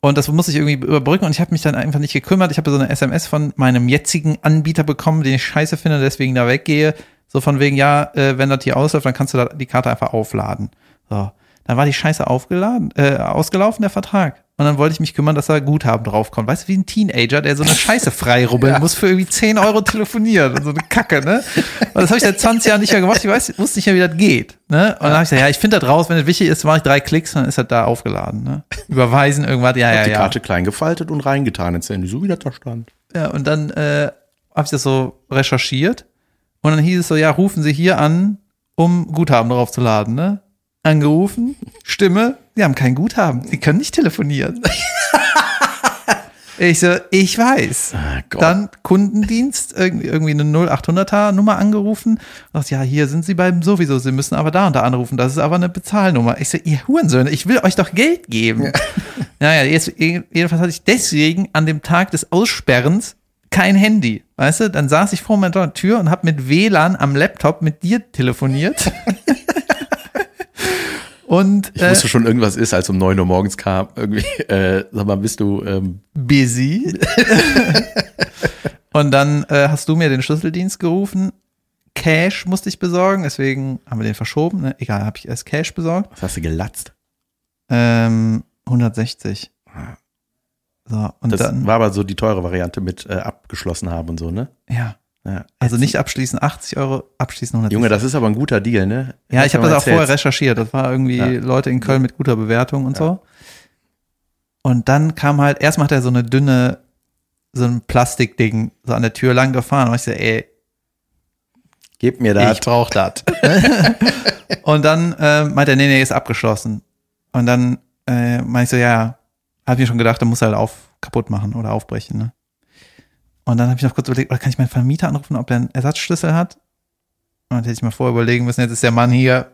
A: Und das muss ich irgendwie überbrücken. Und ich habe mich dann einfach nicht gekümmert. Ich habe so eine SMS von meinem jetzigen Anbieter bekommen, den ich scheiße finde, deswegen da weggehe. So von wegen, ja, äh, wenn das hier ausläuft, dann kannst du da die Karte einfach aufladen. So. Dann war die Scheiße aufgeladen, äh, ausgelaufen, der Vertrag. Und dann wollte ich mich kümmern, dass da Guthaben draufkommt. Weißt du, wie ein Teenager, der so eine Scheiße freirubbeln muss für irgendwie 10 Euro telefonieren und so eine Kacke, ne? Und das habe ich seit 20 Jahren nicht mehr gemacht. Ich weiß, wusste nicht mehr, wie das geht, ne? Und dann habe ich gesagt, ja, ich finde das raus, wenn das wichtig ist, mache ich drei Klicks, dann ist das da aufgeladen, ne? Überweisen, irgendwas, ja, ja,
C: Die
A: ja.
C: Karte klein gefaltet und reingetan ins Handy, so wie das da stand.
A: Ja, und dann äh, habe ich das so recherchiert und dann hieß es so, ja, rufen Sie hier an, um Guthaben draufzuladen, ne? Angerufen, Stimme, Sie haben kein Guthaben, Sie können nicht telefonieren. ich so, ich weiß.
C: Ah, Gott.
A: Dann Kundendienst, irgendwie, irgendwie eine 0800er Nummer angerufen. Und dachte, ja, hier sind Sie beim sowieso, Sie müssen aber da und da anrufen. Das ist aber eine Bezahlnummer. Ich so, ihr Hurensöhne, ich will euch doch Geld geben. Naja, jetzt, jedenfalls hatte ich deswegen an dem Tag des Aussperrens kein Handy. Weißt du, dann saß ich vor meiner Tür und habe mit WLAN am Laptop mit dir telefoniert. und
C: ich wusste schon, irgendwas ist, als um 9 Uhr morgens kam. Irgendwie, äh, sag mal, bist du, ähm,
A: busy. und dann äh, hast du mir den Schlüsseldienst gerufen. Cash musste ich besorgen, deswegen haben wir den verschoben. Ne? Egal, habe ich erst Cash besorgt.
C: was hast du gelatzt?
A: Ähm, 160. So, und
C: Das
A: dann,
C: war aber so die teure Variante mit äh, abgeschlossen haben und so, ne?
A: ja.
C: Ja.
A: Also nicht abschließen 80 Euro, abschließen 160.
C: Junge, das ist aber ein guter Deal, ne?
A: ja, ich habe
C: mir
A: das
C: mal
A: auch vorher
C: erzählt.
A: recherchiert. Das war irgendwie
C: Ja.
A: Leute in Köln mit guter Bewertung und so. Und dann kam halt, erstmal hat er so eine dünne, so ein Plastikding so an der Tür lang gefahren. Und ich so, ey,
C: Gib mir das.
A: Ich brauche das. und dann äh, meinte er, nee, nee, ist abgeschlossen. Und dann äh, meinte ich so, ja, hab mir schon gedacht, dann muss er halt auf kaputt machen oder aufbrechen. Ne? Und dann habe ich noch kurz überlegt, oder kann ich meinen Vermieter anrufen, ob der einen Ersatzschlüssel hat? Und dann hätte ich mal vorher überlegen müssen, jetzt ist der Mann hier,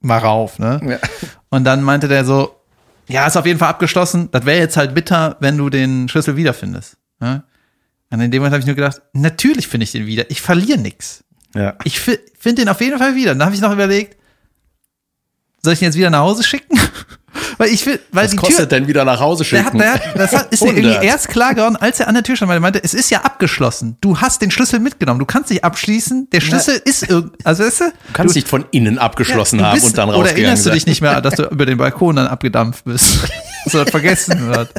A: mal rauf, ne?
C: Ja.
A: Und dann meinte der so, ja, ist auf jeden Fall abgeschlossen. Das wäre jetzt halt bitter, wenn du den Schlüssel wiederfindest. Ne? Und in dem Moment habe ich nur gedacht, natürlich finde ich den wieder. Ich verliere nichts.
C: Ja.
A: Ich Äh, finde den auf jeden Fall wieder. Dann habe ich noch überlegt, soll ich ihn jetzt wieder nach Hause schicken? Weil ich will, weil
C: Was
A: die Tür,
C: kostet denn wieder nach Hause
A: der hat,
C: schicken?
A: der hat, das hat, ist ja irgendwie
C: 100.
A: erst klar geworden, als er an der Tür stand, weil er meinte, es ist ja abgeschlossen. Du hast den Schlüssel mitgenommen. Du kannst nicht abschließen. Der Schlüssel ist irgendwie, also weißt du,
C: du kannst nicht von innen abgeschlossen
A: du
C: haben
A: bist-
C: und dann
A: Oder
C: rausgegangen
A: erinnerst du
C: sein.
A: dich nicht mehr, dass du über den Balkon dann abgedampft bist? Dass du das vergessen wird.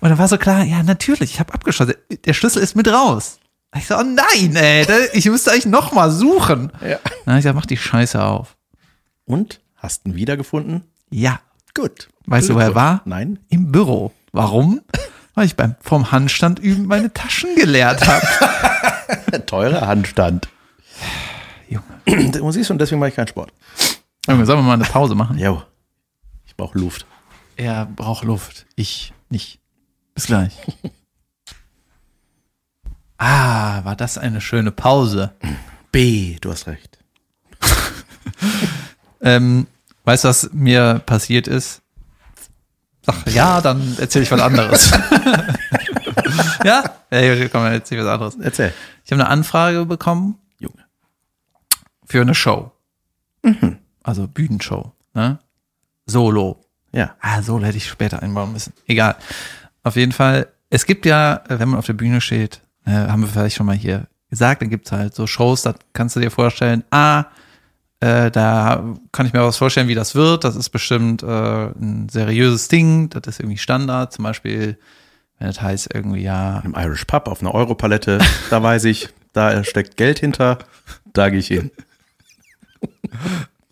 A: Und dann war so klar, ja, natürlich, ich habe abgeschlossen. Der Schlüssel ist mit raus. Ich so, oh nein, ey, da, ich müsste eigentlich noch mal suchen.
C: Ja.
A: Na, ich sag, mach die Scheiße auf.
C: Und? Hast ihn wiedergefunden?
A: Ja,
C: Gut.
A: Weißt du, wo er war?
C: Nein.
A: im Büro. Warum? Weil ich beim vom Handstand üben meine Taschen geleert habe.
C: Der teure Handstand.
A: Junge.
C: Und siehst du, und deswegen mache ich keinen Sport.
A: Junge, sollen wir mal eine Pause machen?
C: Jo. Ich brauche Luft.
A: Er braucht Luft. Ich nicht. Bis gleich. Ah, war das eine schöne Pause.
C: B, du hast recht.
A: Ähm, weißt du, was mir passiert ist? Sag, ja, dann erzähle ich was anderes. ja? Ja, komm, erzähl was anderes.
C: Erzähl.
A: Ich habe eine Anfrage bekommen
C: Junge.
A: für eine Show. Also Bühnenshow. Ne? Solo.
C: Ja.
A: Ah, Solo hätte ich später einbauen müssen. Egal. Auf jeden Fall, es gibt ja, äh, wenn man auf der Bühne steht, äh, haben wir vielleicht schon mal hier gesagt, dann gibt's halt so Shows, da kannst du dir vorstellen, ah, äh, da kann ich mir was vorstellen, wie das wird. Das ist bestimmt äh, ein seriöses Ding, das ist irgendwie Standard. Zum Beispiel, wenn das heißt irgendwie, ja,
C: Im Irish Pub auf einer Europalette. Da weiß ich, da steckt Geld hinter. Da gehe ich hin.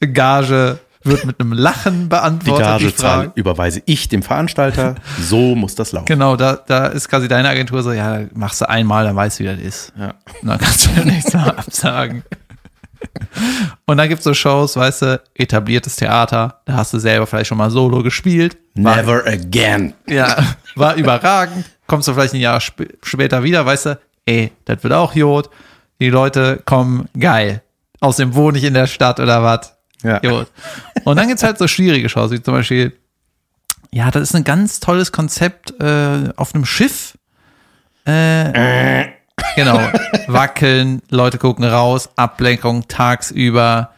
A: Gage wird mit einem Lachen
C: Die
A: beantwortet.
C: Gagezahl
A: Frage.
C: überweise ich dem Veranstalter. So muss das laufen.
A: Genau, da, da ist quasi deine Agentur so, ja, machst du einmal, dann weißt du, wie das ist.
C: Ja.
A: Und dann kannst du ja nichts mehr absagen. Und dann gibt's so Shows, weißt du, etabliertes Theater, da hast du selber vielleicht schon mal Solo gespielt. War,
C: Never again.
A: Ja, war überragend. Kommst du vielleicht ein Jahr sp später wieder, weißt du, ey, das wird auch Jod. Die Leute kommen geil. Aus dem Wohn ich in der Stadt oder was.
C: Ja.
A: Jod. Und dann gibt's halt so schwierige Shows, wie zum Beispiel, ja, das ist ein ganz tolles Konzept äh, auf einem Schiff. Äh, genau, wackeln, Leute gucken raus, Ablenkung tagsüber,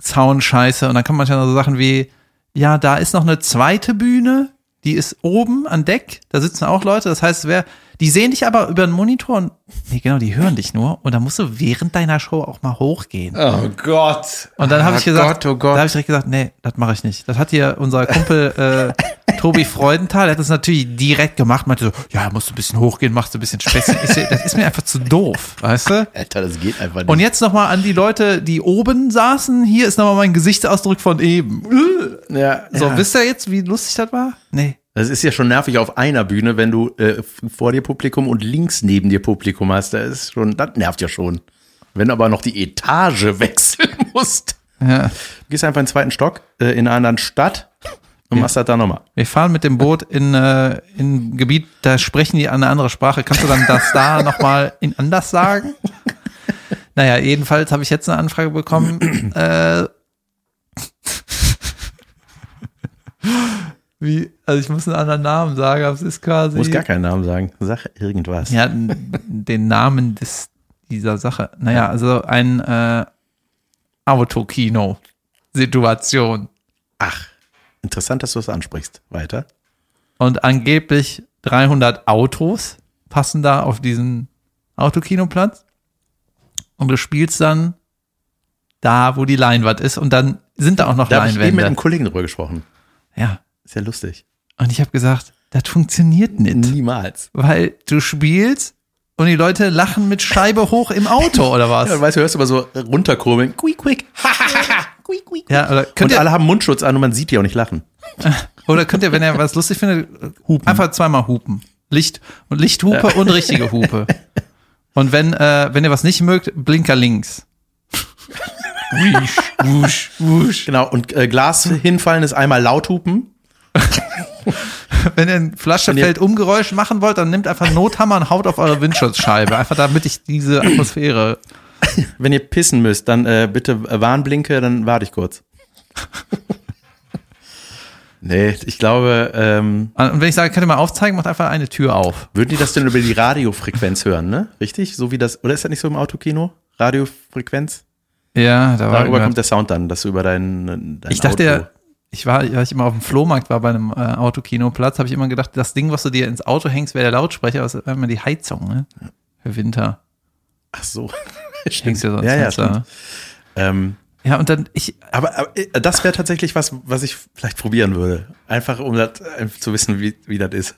A: Soundscheiße. Und dann kommen manchmal so Sachen wie, ja, da ist noch eine zweite Bühne, die ist oben an Deck, da sitzen auch Leute. Das heißt, wer, die sehen dich aber über den Monitor und, nee, genau, die hören dich nur. Und da musst du während deiner Show auch mal hochgehen.
C: Oh Gott.
A: Und dann habe
C: Ah,
A: ich gesagt,
C: Gott, oh Gott.
A: da habe ich direkt gesagt, nee, das mache ich nicht. Das hat hier unser Kumpel äh, Tobi Freudenthal, der hat das natürlich direkt gemacht, meinte so, ja, musst du ein bisschen hochgehen, machst du ein bisschen Späßchen. Ich seh, das ist mir einfach zu doof, weißt du?
C: Alter, das geht einfach nicht.
A: Und jetzt nochmal an die Leute, die oben saßen, hier ist nochmal mein Gesichtsausdruck von eben. Äh.
C: ja,
A: So,
C: ja.
A: wisst ihr jetzt, wie lustig das war? Nee.
C: Das ist ja schon nervig auf einer Bühne, wenn du äh, f- vor dir Publikum und links neben dir Publikum hast. Da ist schon, das nervt ja schon. Wenn du aber noch die Etage wechseln musst.
A: Ja.
C: Du gehst einfach in den zweiten Stock äh, in einer anderen Stadt und machst das dann nochmal.
A: Wir fahren mit dem Boot in, äh, in ein Gebiet, da sprechen die eine andere Sprache. Kannst du dann das da nochmal in anders sagen? Naja, jedenfalls habe ich jetzt eine Anfrage bekommen. Äh, wie, also ich muss einen anderen Namen sagen, aber es ist quasi.
C: Du musst gar keinen Namen sagen. Sag irgendwas.
A: Ja, n- den Namen des, dieser Sache. Naja, also ein äh, Autokino-Situation.
C: Interessant, dass du das ansprichst. Weiter.
A: Und angeblich 300 Autos passen da auf diesen Autokinoplatz. Und du spielst dann da, wo die Leinwand ist. Und dann sind da auch noch
C: Da habe ich eben mit einem
A: Leinwände.
C: Kollegen drüber gesprochen.
A: Ja.
C: Ist ja lustig.
A: Und ich habe gesagt, das funktioniert nicht.
C: Niemals.
A: Weil du spielst und die Leute lachen mit Scheibe hoch im Auto oder
C: Ja, du
A: was?
C: weißt, du hörst immer so runterkurbeln. Quick, quick. quick, quick.
A: Ja, oder könnt
C: Und
A: ihr,
C: alle haben Mundschutz an und man sieht die auch nicht lachen.
A: oder könnt ihr, wenn ihr was lustig findet, hupen. einfach zweimal hupen. Licht und Lichthupe und richtige Hupe. Und wenn, äh, wenn ihr was nicht mögt, Blinker links.
C: Wusch, wusch, wusch. Genau, und äh, Glas hinfallen ist einmal laut hupen.
A: Wenn ihr ein Flasche
C: ihr-
A: fällt Umgeräusch machen wollt, dann nehmt einfach einen Nothammer und haut auf eure Windschutzscheibe. Einfach damit ich diese Atmosphäre.
C: Wenn ihr pissen müsst, dann äh, bitte äh, Warnblinke, dann warte ich kurz. nee, ich glaube, ähm,
A: Und wenn ich sage, könnt ihr mal aufzeigen, macht einfach eine Tür auf.
C: würden die das denn über die Radiofrequenz hören, ne? Richtig? So wie das, oder ist das nicht so im Autokino? Radiofrequenz?
A: Ja, da
C: Darüber
A: war irgendwas.
C: kommt der Sound dann, dass du über deinen dein
A: Ich dachte ja, ich war, weil ich immer auf dem Flohmarkt war bei einem äh, Autokinoplatz, habe ich immer gedacht, das Ding, was du dir ins Auto hängst, wäre der Lautsprecher, aber es ist immer die Heizung, ne? Für Winter.
C: Ach so.
A: Hängst du ja sonst
C: ja, ja,
A: Fenster,
C: stimmt.
A: ne?
C: Ähm,
A: ja, und dann, ich,
C: aber, aber äh, das wäre tatsächlich was, was ich vielleicht probieren würde. Einfach um das, äh, zu wissen, wie, wie das ist.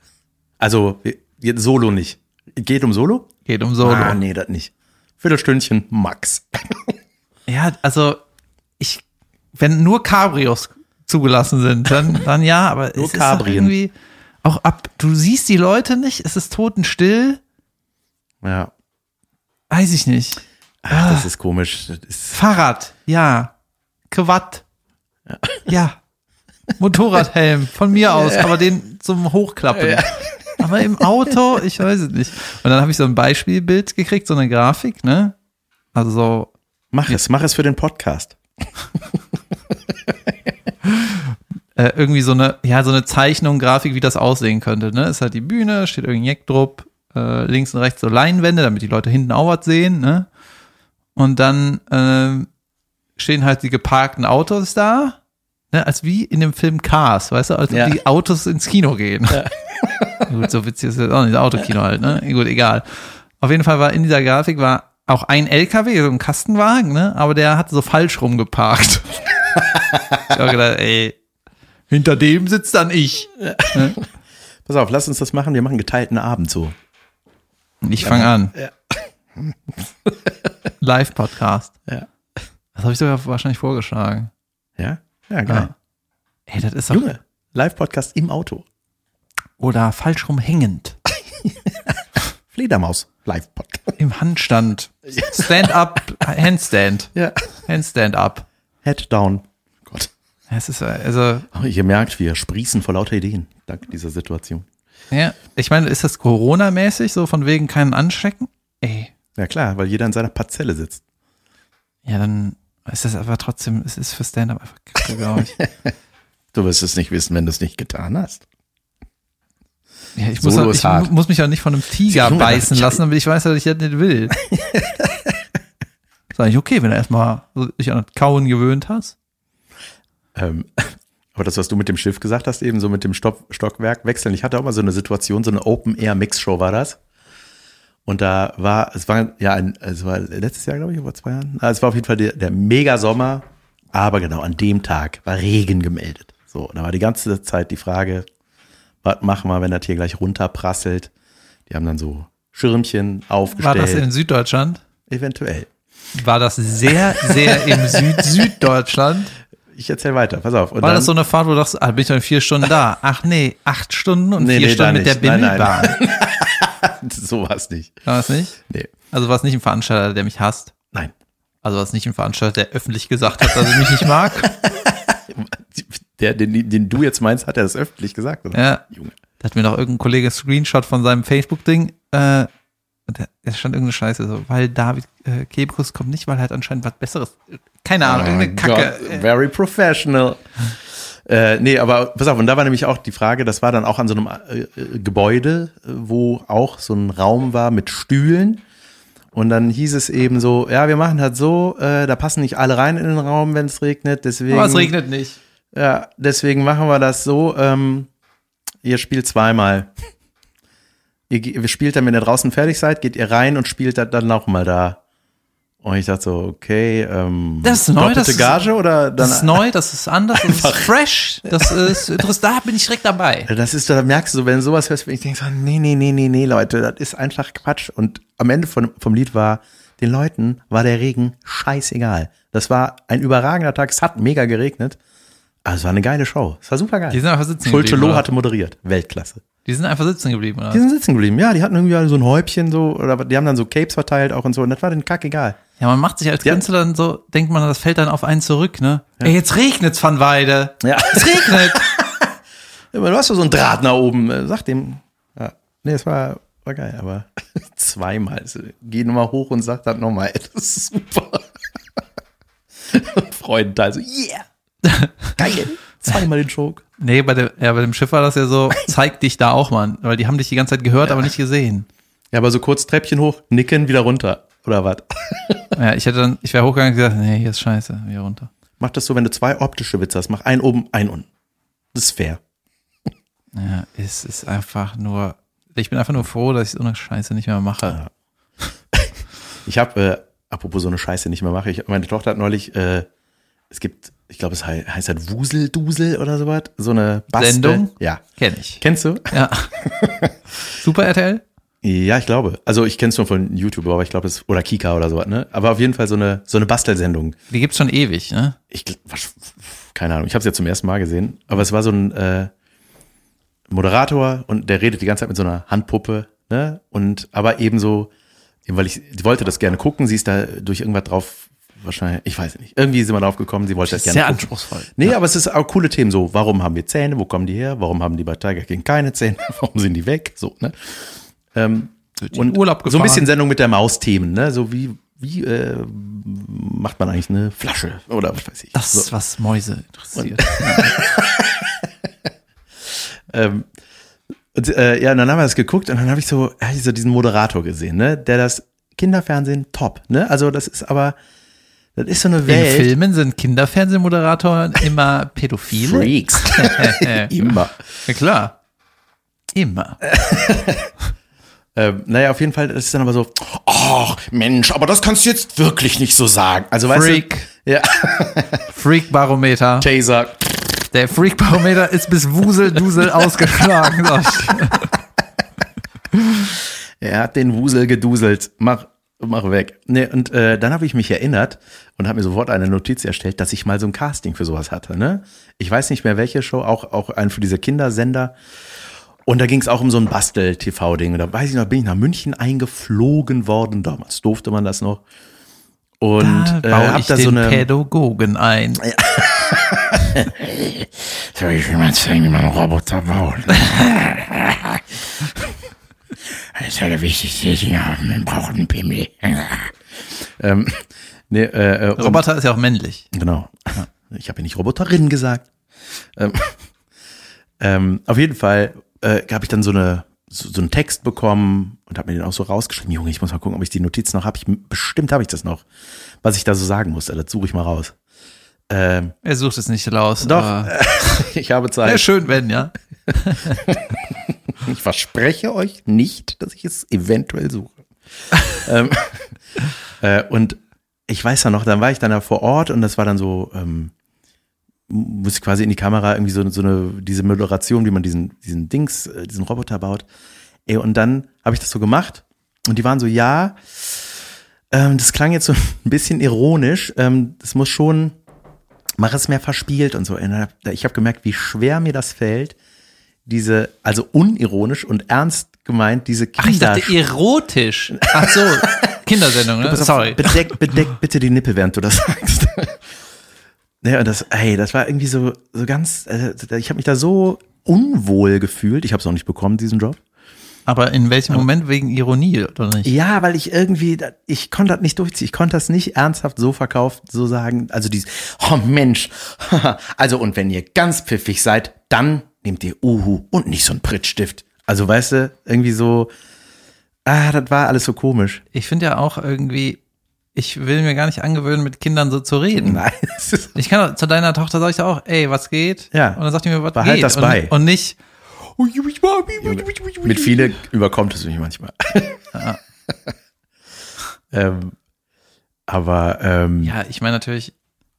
C: Also je- Solo nicht. Geht um Solo?
A: geht um Solo.
C: Ah, nee, das nicht. Viertelstündchen max.
A: Ja, also ich, wenn nur Cabrios zugelassen sind, dann, dann ja, aber
C: Nur
A: es ist doch
C: Cabrien.
A: irgendwie auch ab, du siehst die Leute nicht, es ist totenstill,
C: Ja.
A: weiß ich nicht.
C: Ach, das ist komisch. Das ist,
A: Fahrrad, ja. Quad, ja. Motorradhelm, von mir aus, aber den zum Hochklappen. Aber im Auto, ich weiß es nicht. Und dann habe ich so ein Beispielbild gekriegt, so eine Grafik, ne? Also so
C: mach es, mach es für den Podcast.
A: äh, irgendwie so eine, ja, so eine Zeichnung, Grafik, wie das aussehen könnte. Ne? Ist halt die Bühne, steht irgendein Jack drup, äh, links und rechts so Leinwände, damit die Leute hinten auch was sehen. Ne? Und dann ähm, stehen halt die geparkten Autos da, ne? als wie in dem Film Cars, weißt du, als ob
C: Ja.
A: die Autos ins Kino gehen. Gut, so witzig ist das auch nicht, Autokino halt, ne? Gut, egal. Auf jeden Fall war in dieser Grafik war auch ein LKW, so ein Kastenwagen, ne? Aber der hat so falsch rumgeparkt. ich hab gedacht, ey, hinter dem sitzt dann ich.
C: Pass auf, lass uns das machen. Wir machen geteilten Abend so.
A: Ich fange an. Live-Podcast.
C: Ja.
A: Das habe ich sogar wahrscheinlich vorgeschlagen.
C: Ja? Ja, geil.
A: Ja. Ey, das ist doch.
C: Junge, Live-Podcast im Auto.
A: Oder falsch rumhängend.
C: Fledermaus, Live-Podcast.
A: Im Handstand. Stand-up, Handstand.
C: Ja.
A: Handstand-up.
C: Head down. Gott.
A: Es ist, äh, also,
C: Oh, ihr merkt, wir sprießen vor lauter Ideen, dank dieser Situation.
A: ja. Ich meine, ist das Corona-mäßig, so von wegen keinen anstecken? Ey.
C: Ja klar, weil jeder in seiner Parzelle sitzt.
A: Ja, dann ist das aber trotzdem, es ist für Stand-up einfach kacke, glaube ich.
C: Du wirst es nicht wissen, wenn du es nicht getan hast.
A: Ja, ich muss,
C: Solo
A: auch,
C: ist
A: ich
C: hart.
A: muss mich ja nicht von einem Tiger
C: Junge,
A: beißen
C: ich-
A: lassen, damit ich weiß, dass ich das nicht will. Sag ich, okay, wenn du erstmal so dich an das Kauen gewöhnt hast.
C: Ähm, aber das, was du mit dem Schiff gesagt hast, eben so mit dem Stopp Stockwerk wechseln. Ich hatte auch mal so eine Situation, so eine Open-Air-Mix-Show war das. Und da war, es war ja ein, es war letztes Jahr, glaube ich, vor zwei Jahren. Ah, Es war auf jeden Fall der, der Mega-Sommer, aber genau an dem Tag war Regen gemeldet. So, und da war die ganze Zeit die Frage, was machen wir, wenn das hier gleich runterprasselt? Die haben dann so Schirmchen
A: War
C: aufgestellt.
A: das in Süddeutschland?
C: Eventuell.
A: War das sehr, sehr im Süd Süddeutschland?
C: Ich erzähle weiter, pass auf. Und
A: War
C: dann,
A: das so eine Fahrt, wo du dachtest, ah, bin ich doch in vier Stunden da? Ach nee, acht Stunden und
C: Nee,
A: vier
C: nee, da
A: Stunden mit der
C: nicht. Nein, nein.
A: Bimmelbahn.
C: so war es nicht.
A: War das nicht?
C: Nee,
A: Also war es nicht ein Veranstalter, der mich hasst?
C: nein.
A: Also war es nicht ein Veranstalter, der öffentlich gesagt hat, dass er mich nicht mag?
C: Der, den, den du jetzt meinst, hat er das öffentlich gesagt, oder?
A: Ja,
C: Junge.
A: Da hat mir noch irgendein Kollege Screenshot von seinem Facebook-Ding, äh, und da da stand irgendeine Scheiße, so, weil David äh, Kebekus kommt nicht, weil er hat anscheinend was Besseres. Keine
C: Oh
A: Ahnung, irgendeine Kacke.
C: God,
A: Äh,
C: very professional. Äh, nee, aber pass auf, und da war nämlich auch die Frage, das war dann auch an so einem äh, äh, Gebäude, äh, wo auch so ein Raum war mit Stühlen. Und dann hieß es eben so, ja, wir machen halt so, äh, da passen nicht alle rein in den Raum, wenn es regnet, deswegen.
A: Aber Oh, es regnet nicht.
C: Ja, deswegen machen wir das so. Ähm, ihr spielt zweimal. Ihr, ge- ihr spielt dann, wenn ihr draußen fertig seid, geht ihr rein und spielt das dann nochmal da. Und ich dachte so, okay, ähm,
A: Das ist neu,
C: doppelte
A: das ist-
C: Gage oder dann.
A: Das ist neu, das ist anders, das ist fresh, das ist interessant, da bin ich direkt dabei.
C: Äh, Das ist, da merkst du so, wenn du sowas hörst, wenn ich denke so, nee, nee, nee, nee, nee, Leute, das ist einfach Quatsch. Und am Ende von, vom Lied war, den Leuten war der Regen scheißegal. Das war ein überragender Tag, es hat mega geregnet. Aber es war eine geile Show. Es war super geil.
A: Die sind einfach sitzen
C: Schulte
A: geblieben,
C: Loh
A: oder?
C: hatte moderiert. Weltklasse.
A: Die sind einfach sitzen geblieben,
C: Die
A: oder?
C: sind sitzen geblieben, ja. Die hatten irgendwie alle so ein Häubchen so, oder was- die haben dann so Capes verteilt auch und so. Und das war den Kack egal.
A: Ja, man macht sich als
C: Ja.
A: Künstler dann so, denkt man, das fällt dann auf einen zurück, ne? Ey, jetzt regnet's Van Weide.
C: Ja.
A: Es regnet.
C: Aber du hast doch so einen Draht nach oben. äh, Sag dem. Ja. Nee, es war, war geil, aber zweimal. Also, geh nochmal hoch und sag dann nochmal, ey, das ist super. Und Freunde da so, yeah. Geil. Zweimal den Schok.
A: Nee, bei, der, ja, bei dem Schiff war das ja so, zeig dich da auch, Mann. Weil die haben dich die ganze Zeit gehört, aber nicht gesehen.
C: Ja, aber so kurz Treppchen hoch, nicken, wieder runter. Oder was?
A: Ja, ich hätte dann, ich wäre hochgegangen und gesagt, nee, hier ist scheiße, wieder runter.
C: Mach das so, wenn du zwei optische Witze hast. Mach einen oben, einen unten. Das ist fair.
A: Ja, es ist einfach nur. Ich bin einfach nur froh, dass ich so eine Scheiße nicht mehr mache.
C: Ich habe, äh, apropos so eine Scheiße nicht mehr mache, ich, meine Tochter hat neulich, äh, es gibt, ich glaube, es hei- heißt halt Wuseldusel oder sowas. So eine Bastel.
A: Sendung?
C: Ja.
A: Kenn ich.
C: Kennst du?
A: Ja. Super RTL?
C: Ja, ich glaube. Also ich kenne es nur von YouTube, aber ich glaube es oder Kika oder sowas, ne? Aber auf jeden Fall so eine so eine Bastelsendung.
A: Die gibt's schon ewig, ne?
C: Ich gl- was, keine Ahnung, ich habe es ja zum ersten Mal gesehen, aber es war so ein äh, Moderator und der redet die ganze Zeit mit so einer Handpuppe, ne? Und aber eben so eben weil ich die wollte das gerne gucken, sie ist da durch irgendwas drauf wahrscheinlich, ich weiß nicht. Irgendwie sind wir drauf gekommen, sie wollte das gerne
A: Sehr
C: gucken.
A: anspruchsvoll.
C: Nee, aber es ist auch coole Themen so. Warum haben wir Zähne? Wo kommen die her? Warum haben die bei Tiger King keine Zähne? Warum sind die weg? So, ne? Ähm,
A: in Urlaub
C: So ein
A: gefahren.
C: bisschen Sendung mit der Maus-Themen, ne? So wie, wie äh, macht man eigentlich eine Flasche oder was weiß ich.
A: Das
C: so.
A: ist, was Mäuse interessiert.
C: Ähm, und, äh, ja, und dann haben wir das geguckt und dann habe ich so, hab ich so diesen Moderator gesehen, ne? Der das Kinderfernsehen top, ne? Also das ist aber, das ist so eine
A: In
C: Welt.
A: Filmen sind Kinderfernsehmoderatoren immer Pädophile.
C: Freaks. Immer.
A: Ja, klar. Immer.
C: Ähm, naja, auf jeden Fall ist es dann aber so, ach Mensch, aber das kannst du jetzt wirklich nicht so sagen. Also weißt
A: Freak.
C: du, ja,
A: Freak-Barometer.
C: Taser,
A: Der Freak-Barometer ist bis Wuseldusel ausgeschlagen. So.
C: er hat den Wusel geduselt, mach, mach weg. Nee, und äh, dann habe ich mich erinnert und habe mir sofort eine Notiz erstellt, dass ich mal so ein Casting für sowas hatte. Ne? Ich weiß nicht mehr welche Show, auch, auch einen für diese Kindersender. Und da ging es auch um so ein Bastel-TV-Ding. Und da weiß ich noch, bin ich nach München eingeflogen worden. Damals durfte man das noch. Und
A: Da
C: äh,
A: baue
C: hab
A: ich
C: da
A: den
C: so eine.
A: Pädagogen ein.
B: Soll ich will mal zeigen, wie man einen Roboter baut. Das ist ja der wichtigste Dinge haben. Man braucht einen E. Pimmel.
C: Ähm, nee, äh, äh, und-
A: Roboter ist ja auch männlich.
C: Genau. Ich habe ja nicht Roboterin gesagt. Ähm, ähm, auf jeden Fall äh, habe ich dann so, eine, so, so einen Text bekommen und habe mir den auch so rausgeschrieben. Junge, ich muss mal gucken, ob ich die Notiz noch habe. Ich, bestimmt habe ich das noch, was ich da so sagen musste. Das suche ich mal raus. Ähm,
A: Er sucht es nicht raus.
C: Doch. äh,
A: aber-
C: ich habe
A: Wäre
C: Zeit.
A: schön, wenn, ja.
C: Ich verspreche euch nicht, dass ich es eventuell suche. ähm, äh, und ich weiß ja noch, dann war ich dann da vor Ort und das war dann so, ähm, muss ich quasi in die Kamera irgendwie so, so eine, diese Moderation, wie man diesen, diesen Dings, äh, diesen Roboter baut. Ey, und dann habe ich das so gemacht und die waren so, ja, ähm, das klang jetzt so ein bisschen ironisch, ähm, das muss schon, mach es mehr verspielt und so. Und dann hab- ich habe gemerkt, wie schwer mir das fällt, diese, also unironisch und ernst gemeint, diese Kinder.
A: Ach, ich dachte erotisch. Ach so, Kindersendung, ne?
C: Pass auf,
A: Sorry.
C: Bedeck, bedeck bitte die Nippe, während du das sagst. Naja, und das, ey, das war irgendwie so, so ganz, äh, ich habe mich da so unwohl gefühlt. Ich habe es auch nicht bekommen, diesen Job.
A: Aber in welchem Moment wegen Ironie oder nicht?
C: Ja, weil ich irgendwie, da- ich konnte das nicht durchziehen. Ich konnte das nicht ernsthaft so verkauft, so sagen. Also dieses, oh Mensch, also und wenn ihr ganz pfiffig seid, dann nehmt ihr Uhu und nicht so einen Prittstift. Also weißt du, irgendwie so, ah, das war alles so komisch.
A: Ich finde ja auch irgendwie, ich will mir gar nicht angewöhnen, mit Kindern so zu reden.
C: Nein, es ist
A: Ich kann auch- zu deiner Tochter sage ich doch auch, ey, was geht?
C: Ja.
A: Und dann sagt die mir, was
C: Behalt
A: geht?
C: das
A: und,
C: bei.
A: und nicht,
C: Mit viele überkommt es mich manchmal. ähm, aber ähm,
A: ja, ich meine natürlich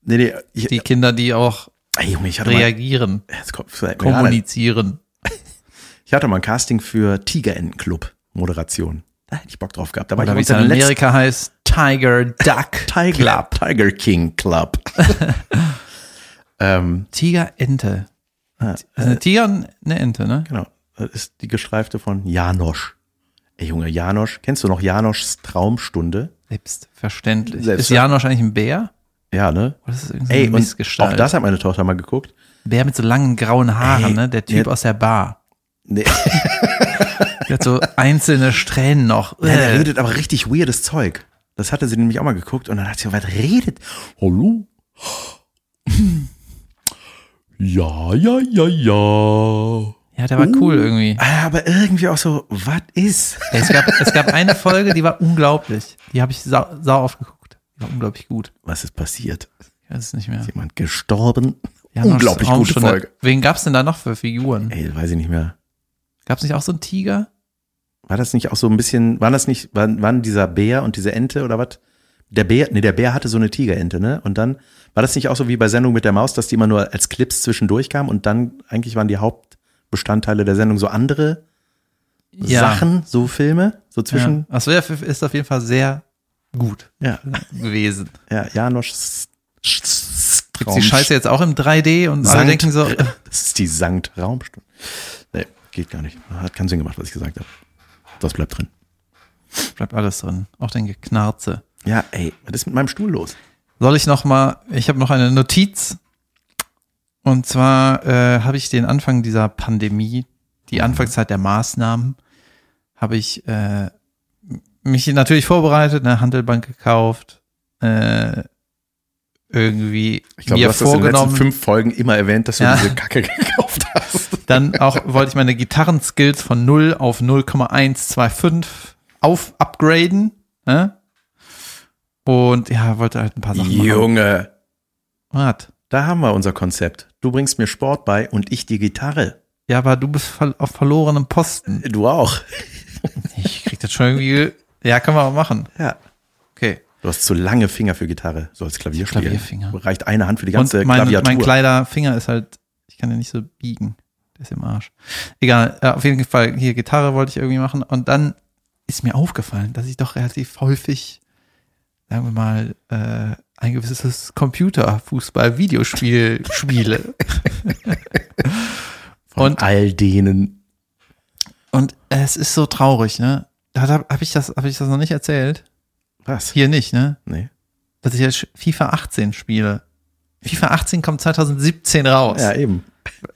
C: nee, nee, ich,
A: die Kinder, die auch
C: ey, Junge, ich hatte mal,
A: reagieren,
C: jetzt kommt, fällt mir gerade ein.
A: kommunizieren.
C: ich hatte mal ein Casting für Tigerentenclub Moderation. Da hätte ich Bock drauf gehabt. Aber
A: Oder wie
C: ich
A: es in
C: war letzten
A: Amerika heißt, Tiger Duck
C: Tiger, Tiger King Club. ähm,
A: Tigerente.
C: Ja.
A: Also eine Tiger und eine Ente, ne?
C: genau, das ist die Gestreifte von Janosch. Ey Junge, Janosch, kennst du noch Janoschs Traumstunde?
A: Selbstverständlich.
C: Selbstverständlich.
A: Ist Janosch eigentlich ein Bär?
C: Ja, ne?
A: Oder ist das
C: Ey,
A: irgendwie so
C: und auch
A: Missgestalt?
C: das hat meine Tochter mal geguckt.
A: Bär mit so langen grauen Haaren,
C: Ey,
A: ne? Der Typ
C: ja.
A: aus der Bar.
C: Nee.
A: Der hat so einzelne Strähnen noch.
C: Ja, der
A: Äh.
C: redet aber richtig weirdes Zeug. Das hatte sie nämlich auch mal geguckt und dann hat sie, was redet? Hallo? Ja, ja, ja, ja.
A: Ja, der war cool irgendwie.
C: Aber irgendwie auch so, was ist?
A: Es gab, es gab eine Folge, die war unglaublich. Die habe ich sau, sau oft geguckt. Die war unglaublich gut.
C: Was ist passiert?
A: weiß es nicht mehr.
C: Jemand gestorben.
A: Ja,
C: Unglaublich
A: auch
C: gute
A: schon eine-
C: Folge.
A: Wen gab's denn da noch für Figuren?
C: Ey, weiß ich nicht mehr.
A: Gab's nicht auch so einen Tiger?
C: War das nicht auch so ein bisschen, waren das nicht, waren, waren dieser Bär und diese Ente oder was? Der Bär, nee, der Bär hatte so eine Tigerente, ne? Und dann war das nicht auch so wie bei Sendung mit der Maus, dass die immer nur als Clips zwischendurch kamen und dann eigentlich waren die Hauptbestandteile der Sendung so andere Sachen, so Filme, so zwischen,
A: Ja. Achso, ja, ist auf jeden Fall sehr gut
C: ja,
A: gewesen.
C: ja, Janosch.
A: Gibt's die Scheiße jetzt auch im 3D und alle denken so, äh,
C: Das ist die Sankt Raumstunde. Nee, geht gar nicht. Hat keinen Sinn gemacht, was ich gesagt habe. Das bleibt drin.
A: bleibt alles drin. Auch den Geknarze.
C: Ja, ey, was ist mit meinem Stuhl los?
A: Soll ich noch mal, ich habe noch eine Notiz. Und zwar äh, habe ich den Anfang dieser Pandemie, die
C: Mhm.
A: Anfangszeit der Maßnahmen, habe ich äh, mich natürlich vorbereitet, eine Handelbank gekauft, äh, irgendwie
C: Ich glaube,
A: mir
C: du hast das in den letzten
A: vorgenommen.
C: fünf Folgen immer erwähnt, dass du
A: Ja.
C: diese Kacke gekauft hast.
A: Dann auch wollte ich meine Gitarrenskills von 0 auf 0,125 auf upgraden. Ne? Und ja, wollte halt ein paar Sachen machen.
C: Junge,
A: Warte.
C: da haben wir unser Konzept. Du bringst mir Sport bei und ich die Gitarre.
A: Ja, aber du bist ver auf verlorenem Posten.
C: Du auch.
A: Ich krieg das schon irgendwie. Ja, können wir auch machen.
C: Ja.
A: Okay.
C: Du hast zu lange Finger für Gitarre, so als Klavier spielen.
A: Klavierfinger.
C: Reicht eine Hand für die
A: Und
C: ganze
A: mein,
C: Klaviatur.
A: mein kleiner Finger ist halt, ich kann den nicht so biegen. Der ist im Arsch. Egal, ja, auf jeden Fall, hier Gitarre wollte ich irgendwie machen. Und dann ist mir aufgefallen, dass ich doch relativ häufig, sagen wir mal, äh, ein gewisses Computerfußball-Videospiel spiele.
C: Von
A: und-
C: all denen.
A: Und es ist so traurig, ne? Da habe hab ich, das- hab ich das noch nicht erzählt.
C: Was?
A: Hier nicht, ne?
C: Nee.
A: dass ich jetzt FIFA 18 spiele. FIFA 18 kommt 2017 raus.
C: Ja, eben.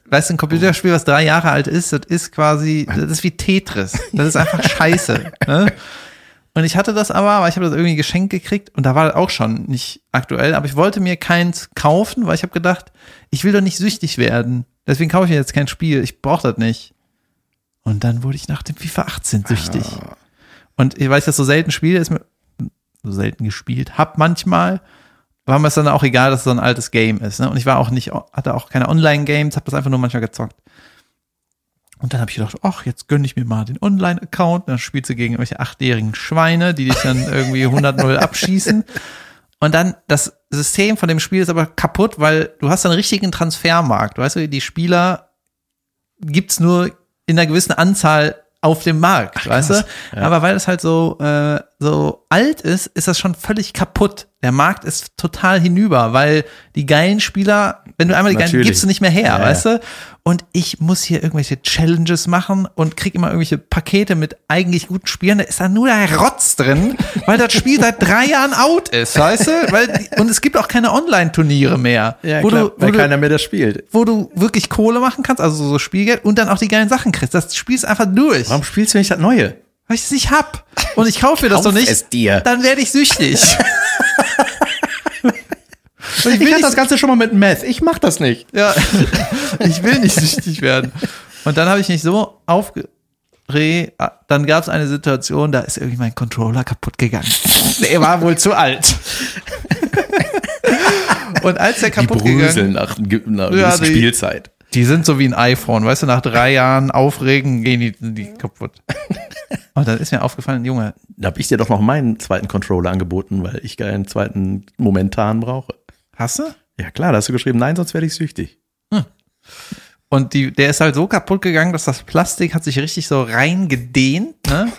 A: Weißt du, ein Computerspiel, was drei Jahre alt ist, das ist quasi, das ist wie Tetris. Das ist einfach scheiße. Ne? Und ich hatte das aber, aber ich habe das irgendwie geschenkt gekriegt und da war das auch schon nicht aktuell, aber ich wollte mir keins kaufen, weil ich habe gedacht, ich will doch nicht süchtig werden. Deswegen kaufe ich mir jetzt kein Spiel, ich brauche das nicht. Und dann wurde ich nach dem FIFA 18 süchtig. Und weil ich das so selten spiele, ist mir so selten gespielt hab manchmal, war mir es dann auch egal, dass es so ein altes Game ist. Ne? Und ich war auch nicht, hatte auch keine Online-Games, habe das einfach nur manchmal gezockt. Und dann habe ich gedacht, ach, jetzt gönn ich mir mal den Online-Account. Und Dann spielst du gegen irgendwelche achtjährigen Schweine, die dich dann irgendwie 100-0 abschießen. Und dann, das System von dem Spiel ist aber kaputt, weil du hast einen richtigen Transfermarkt. Weißt du, die Spieler gibt's nur in einer gewissen Anzahl auf dem Markt, weißt du? Aber weil es halt so, äh, so alt ist, ist das schon völlig kaputt. Der Markt ist total hinüber, weil die geilen Spieler, wenn du einmal die geilen,
C: Natürlich.
A: gibst du nicht mehr her,
C: Ja, ja.
A: weißt du? Und ich muss hier irgendwelche Challenges machen und krieg immer irgendwelche Pakete mit eigentlich guten Spielen. Da ist da nur der Rotz drin, weil das Spiel seit drei Jahren out ist, weißt du? Weil, die- und es gibt auch keine Online-Turniere mehr,
C: Ja,
A: wo,
C: klar,
A: du, wo,
C: weil
A: du,
C: keiner mehr das spielt.
A: wo du wirklich Kohle machen kannst, also so Spielgeld und dann auch die geilen Sachen kriegst. Das Spiel ist einfach durch,
C: Warum spielst du nicht das Neue?
A: weil ich es nicht hab. Und ich kaufe mir das doch
C: Kauf
A: nicht,
C: es dir.
A: dann werde ich süchtig.
C: Ich,
A: will
C: hatte
A: nicht-
C: das Ganze schon mal mit Meth. Ich mach das nicht.
A: Ja, ich will nicht süchtig werden. Und dann habe ich mich so aufge... Re- ah, Dann gab es eine Situation, da ist irgendwie mein Controller kaputt gegangen. Der war wohl zu alt. Und als der kaputt gegangen,
C: nach, einer
A: Ja, die-
C: Spielzeit.
A: die sind so wie ein iPhone, weißt du, nach drei Jahren Aufregen gehen die, die kaputt. Und dann ist mir aufgefallen, Junge,
C: Da habe ich dir doch noch meinen zweiten Controller angeboten, weil ich einen zweiten momentan brauche.
A: hast du?
C: Ja klar, da hast du geschrieben, nein, sonst werde ich süchtig.
A: Und die, der ist halt so kaputt gegangen, dass das Plastik hat sich richtig so reingedehnt, ne?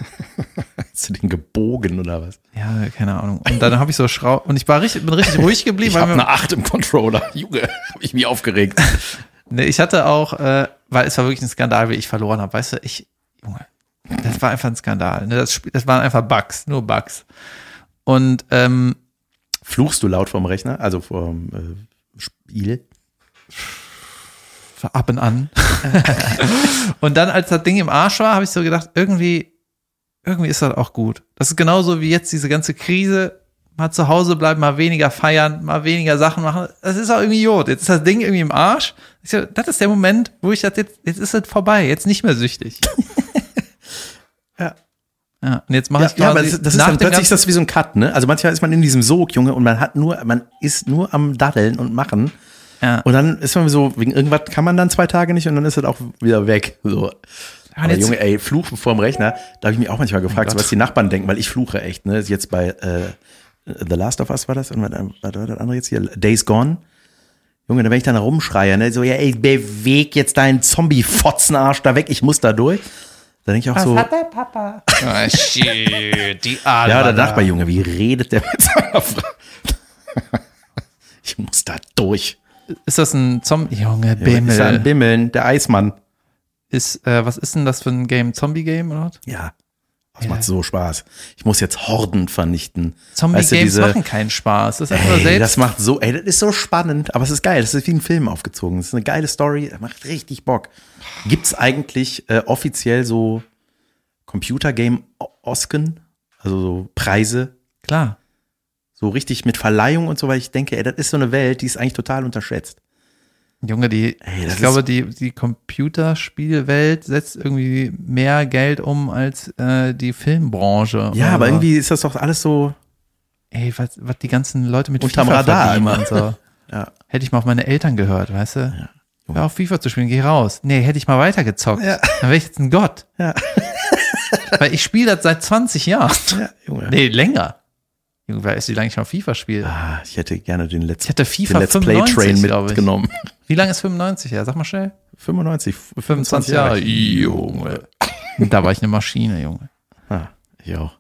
C: Hast du den gebogen oder was?
A: Ja, keine Ahnung. Und dann habe ich so Schrau und ich war richtig, bin richtig ruhig geblieben.
C: Ich
A: weil
C: habe
A: mir-
C: eine 8 im Controller. Junge, habe ich mich aufgeregt.
A: Nee, ich hatte auch, äh, weil es war wirklich ein Skandal, wie ich verloren habe. Weißt du, ich, Junge, das war einfach ein Skandal. Ne? Das, Spiel, das waren einfach Bugs, nur Bugs. Und ähm,
C: Fluchst du laut vom Rechner, also vom äh, Spiel?
A: ab und an. und dann, als das Ding im Arsch war, habe ich so gedacht, irgendwie, irgendwie ist das auch gut. Das ist genauso wie jetzt diese ganze Krise. Mal zu Hause bleiben, mal weniger feiern, mal weniger Sachen machen. Das ist auch irgendwie Jod. Jetzt ist das Ding irgendwie im Arsch. Ich so, das ist der Moment, wo ich das jetzt, jetzt ist das vorbei, jetzt nicht mehr süchtig.
C: Ja.
A: Ja, und jetzt mache
C: Ja,
A: ich
C: ja,
A: quasi
C: aber das, das ist
A: nach
C: dann
A: dem
C: plötzlich ist
A: ganzen-
C: das wie so ein Cut, ne? Also manchmal ist man in diesem Sog, Junge, und man hat nur, man ist nur am Daddeln und Machen.
A: ja.
C: Und dann ist man so, wegen irgendwas kann man dann zwei Tage nicht und dann ist das auch wieder weg. So. Aber
A: jetzt- Oh
C: Junge, ey, Fluchen vorm Rechner, da habe ich mich auch manchmal gefragt, so, was die Nachbarn denken, weil ich fluche echt, ne? Ist Jetzt bei äh, The Last of Us war das und was was war das andere jetzt hier? Days Gone. Junge, da wenn ich dann rumschreie, ne? So, ja, ey, beweg jetzt deinen Zombie-Fotzenarsch da weg, ich muss da durch. Da denke ich auch so.
A: Ah, shit, die Ader.
C: Ja, der Nachbarjunge, wie redet der mit seiner Frau? Ich muss da durch.
A: Ist das ein Zombie? Junge,
C: Ist ein
A: Bimmel.
C: Bimmeln, der Eismann.
A: Ist, äh, was ist denn das für ein Game? Zombie-Game oder was?
C: Ja. Das macht so Spaß. Ich muss jetzt Horden vernichten. Weißt
A: Zombie-Games
C: du, diese-
A: machen keinen Spaß. Das ist einfach
C: Ey,
A: selbst.
C: das macht so, ey, das ist so spannend, aber es ist geil. Das ist wie ein Film aufgezogen. Das ist eine geile Story, das macht richtig Bock. Gibt's eigentlich äh, offiziell so Computergame-Osken? Also so Preise?
A: Klar.
C: So richtig mit Verleihung und so, weil ich denke, ey, das ist so eine Welt, die ist eigentlich total unterschätzt.
A: Junge,
C: Ey,
A: die,
C: das
A: ich
C: ist-
A: glaube, die, die Computerspielwelt setzt irgendwie mehr Geld um als äh, die Filmbranche.
C: Ja, aber
A: Oder-
C: irgendwie ist das doch alles so.
A: Ey, was, was die ganzen Leute mit
C: Unterm
A: FIFA
C: Radar
A: verdienen
C: immer.
A: und so.
C: Ja.
A: Hätte ich mal auf meine Eltern gehört, weißt du? Hör auf FIFA zu spielen, geh raus. Nee, hätte ich mal weitergezockt.
C: Ja.
A: Dann wäre ich jetzt ein Gott.
C: Ja.
A: Weil ich spiele das seit 20 Jahren.
C: ja Junge.
A: Nee, länger. Junge, wer ist, wie lange ich mal FIFA spiele?
C: Ah, ich hätte gerne den letzten.
A: Ich hätte FIFA
C: den Let's Play
A: 95,
C: Train
A: glaube ich.
C: mitgenommen.
A: Wie lange ist 95 her? Sag mal schnell.
C: 95,
A: 25 Jahre. Junge. Da war ich eine Maschine, Junge.
C: Ah, ich auch.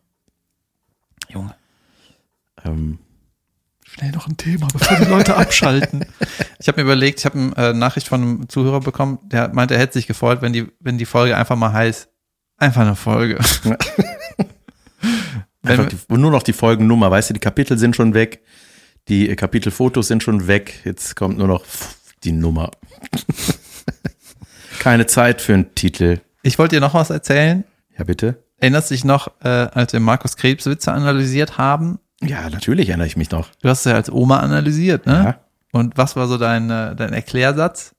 A: Junge.
C: Ähm,
A: Schnell noch ein Thema, bevor die Leute abschalten. Ich habe mir überlegt, ich habe eine äh, Nachricht von einem Zuhörer bekommen, der meinte, er hätte sich gefreut, wenn die, wenn die Folge einfach mal heißt. Einfach eine Folge. Wenn-
C: einfach die, nur noch die Folgennummer, weißt du, die Kapitel sind schon weg, die äh, Kapitelfotos sind schon weg, jetzt kommt nur noch die Nummer. Keine Zeit für einen Titel.
A: Ich wollte dir noch was erzählen.
C: Ja, bitte?
A: Erinnerst dich noch, äh, als wir Markus Krebs Witze analysiert haben?
C: Ja, natürlich erinnere ich mich noch.
A: Du hast es ja als Oma analysiert, ne?
C: Ja.
A: Und was war so dein, äh, dein Erklärsatz?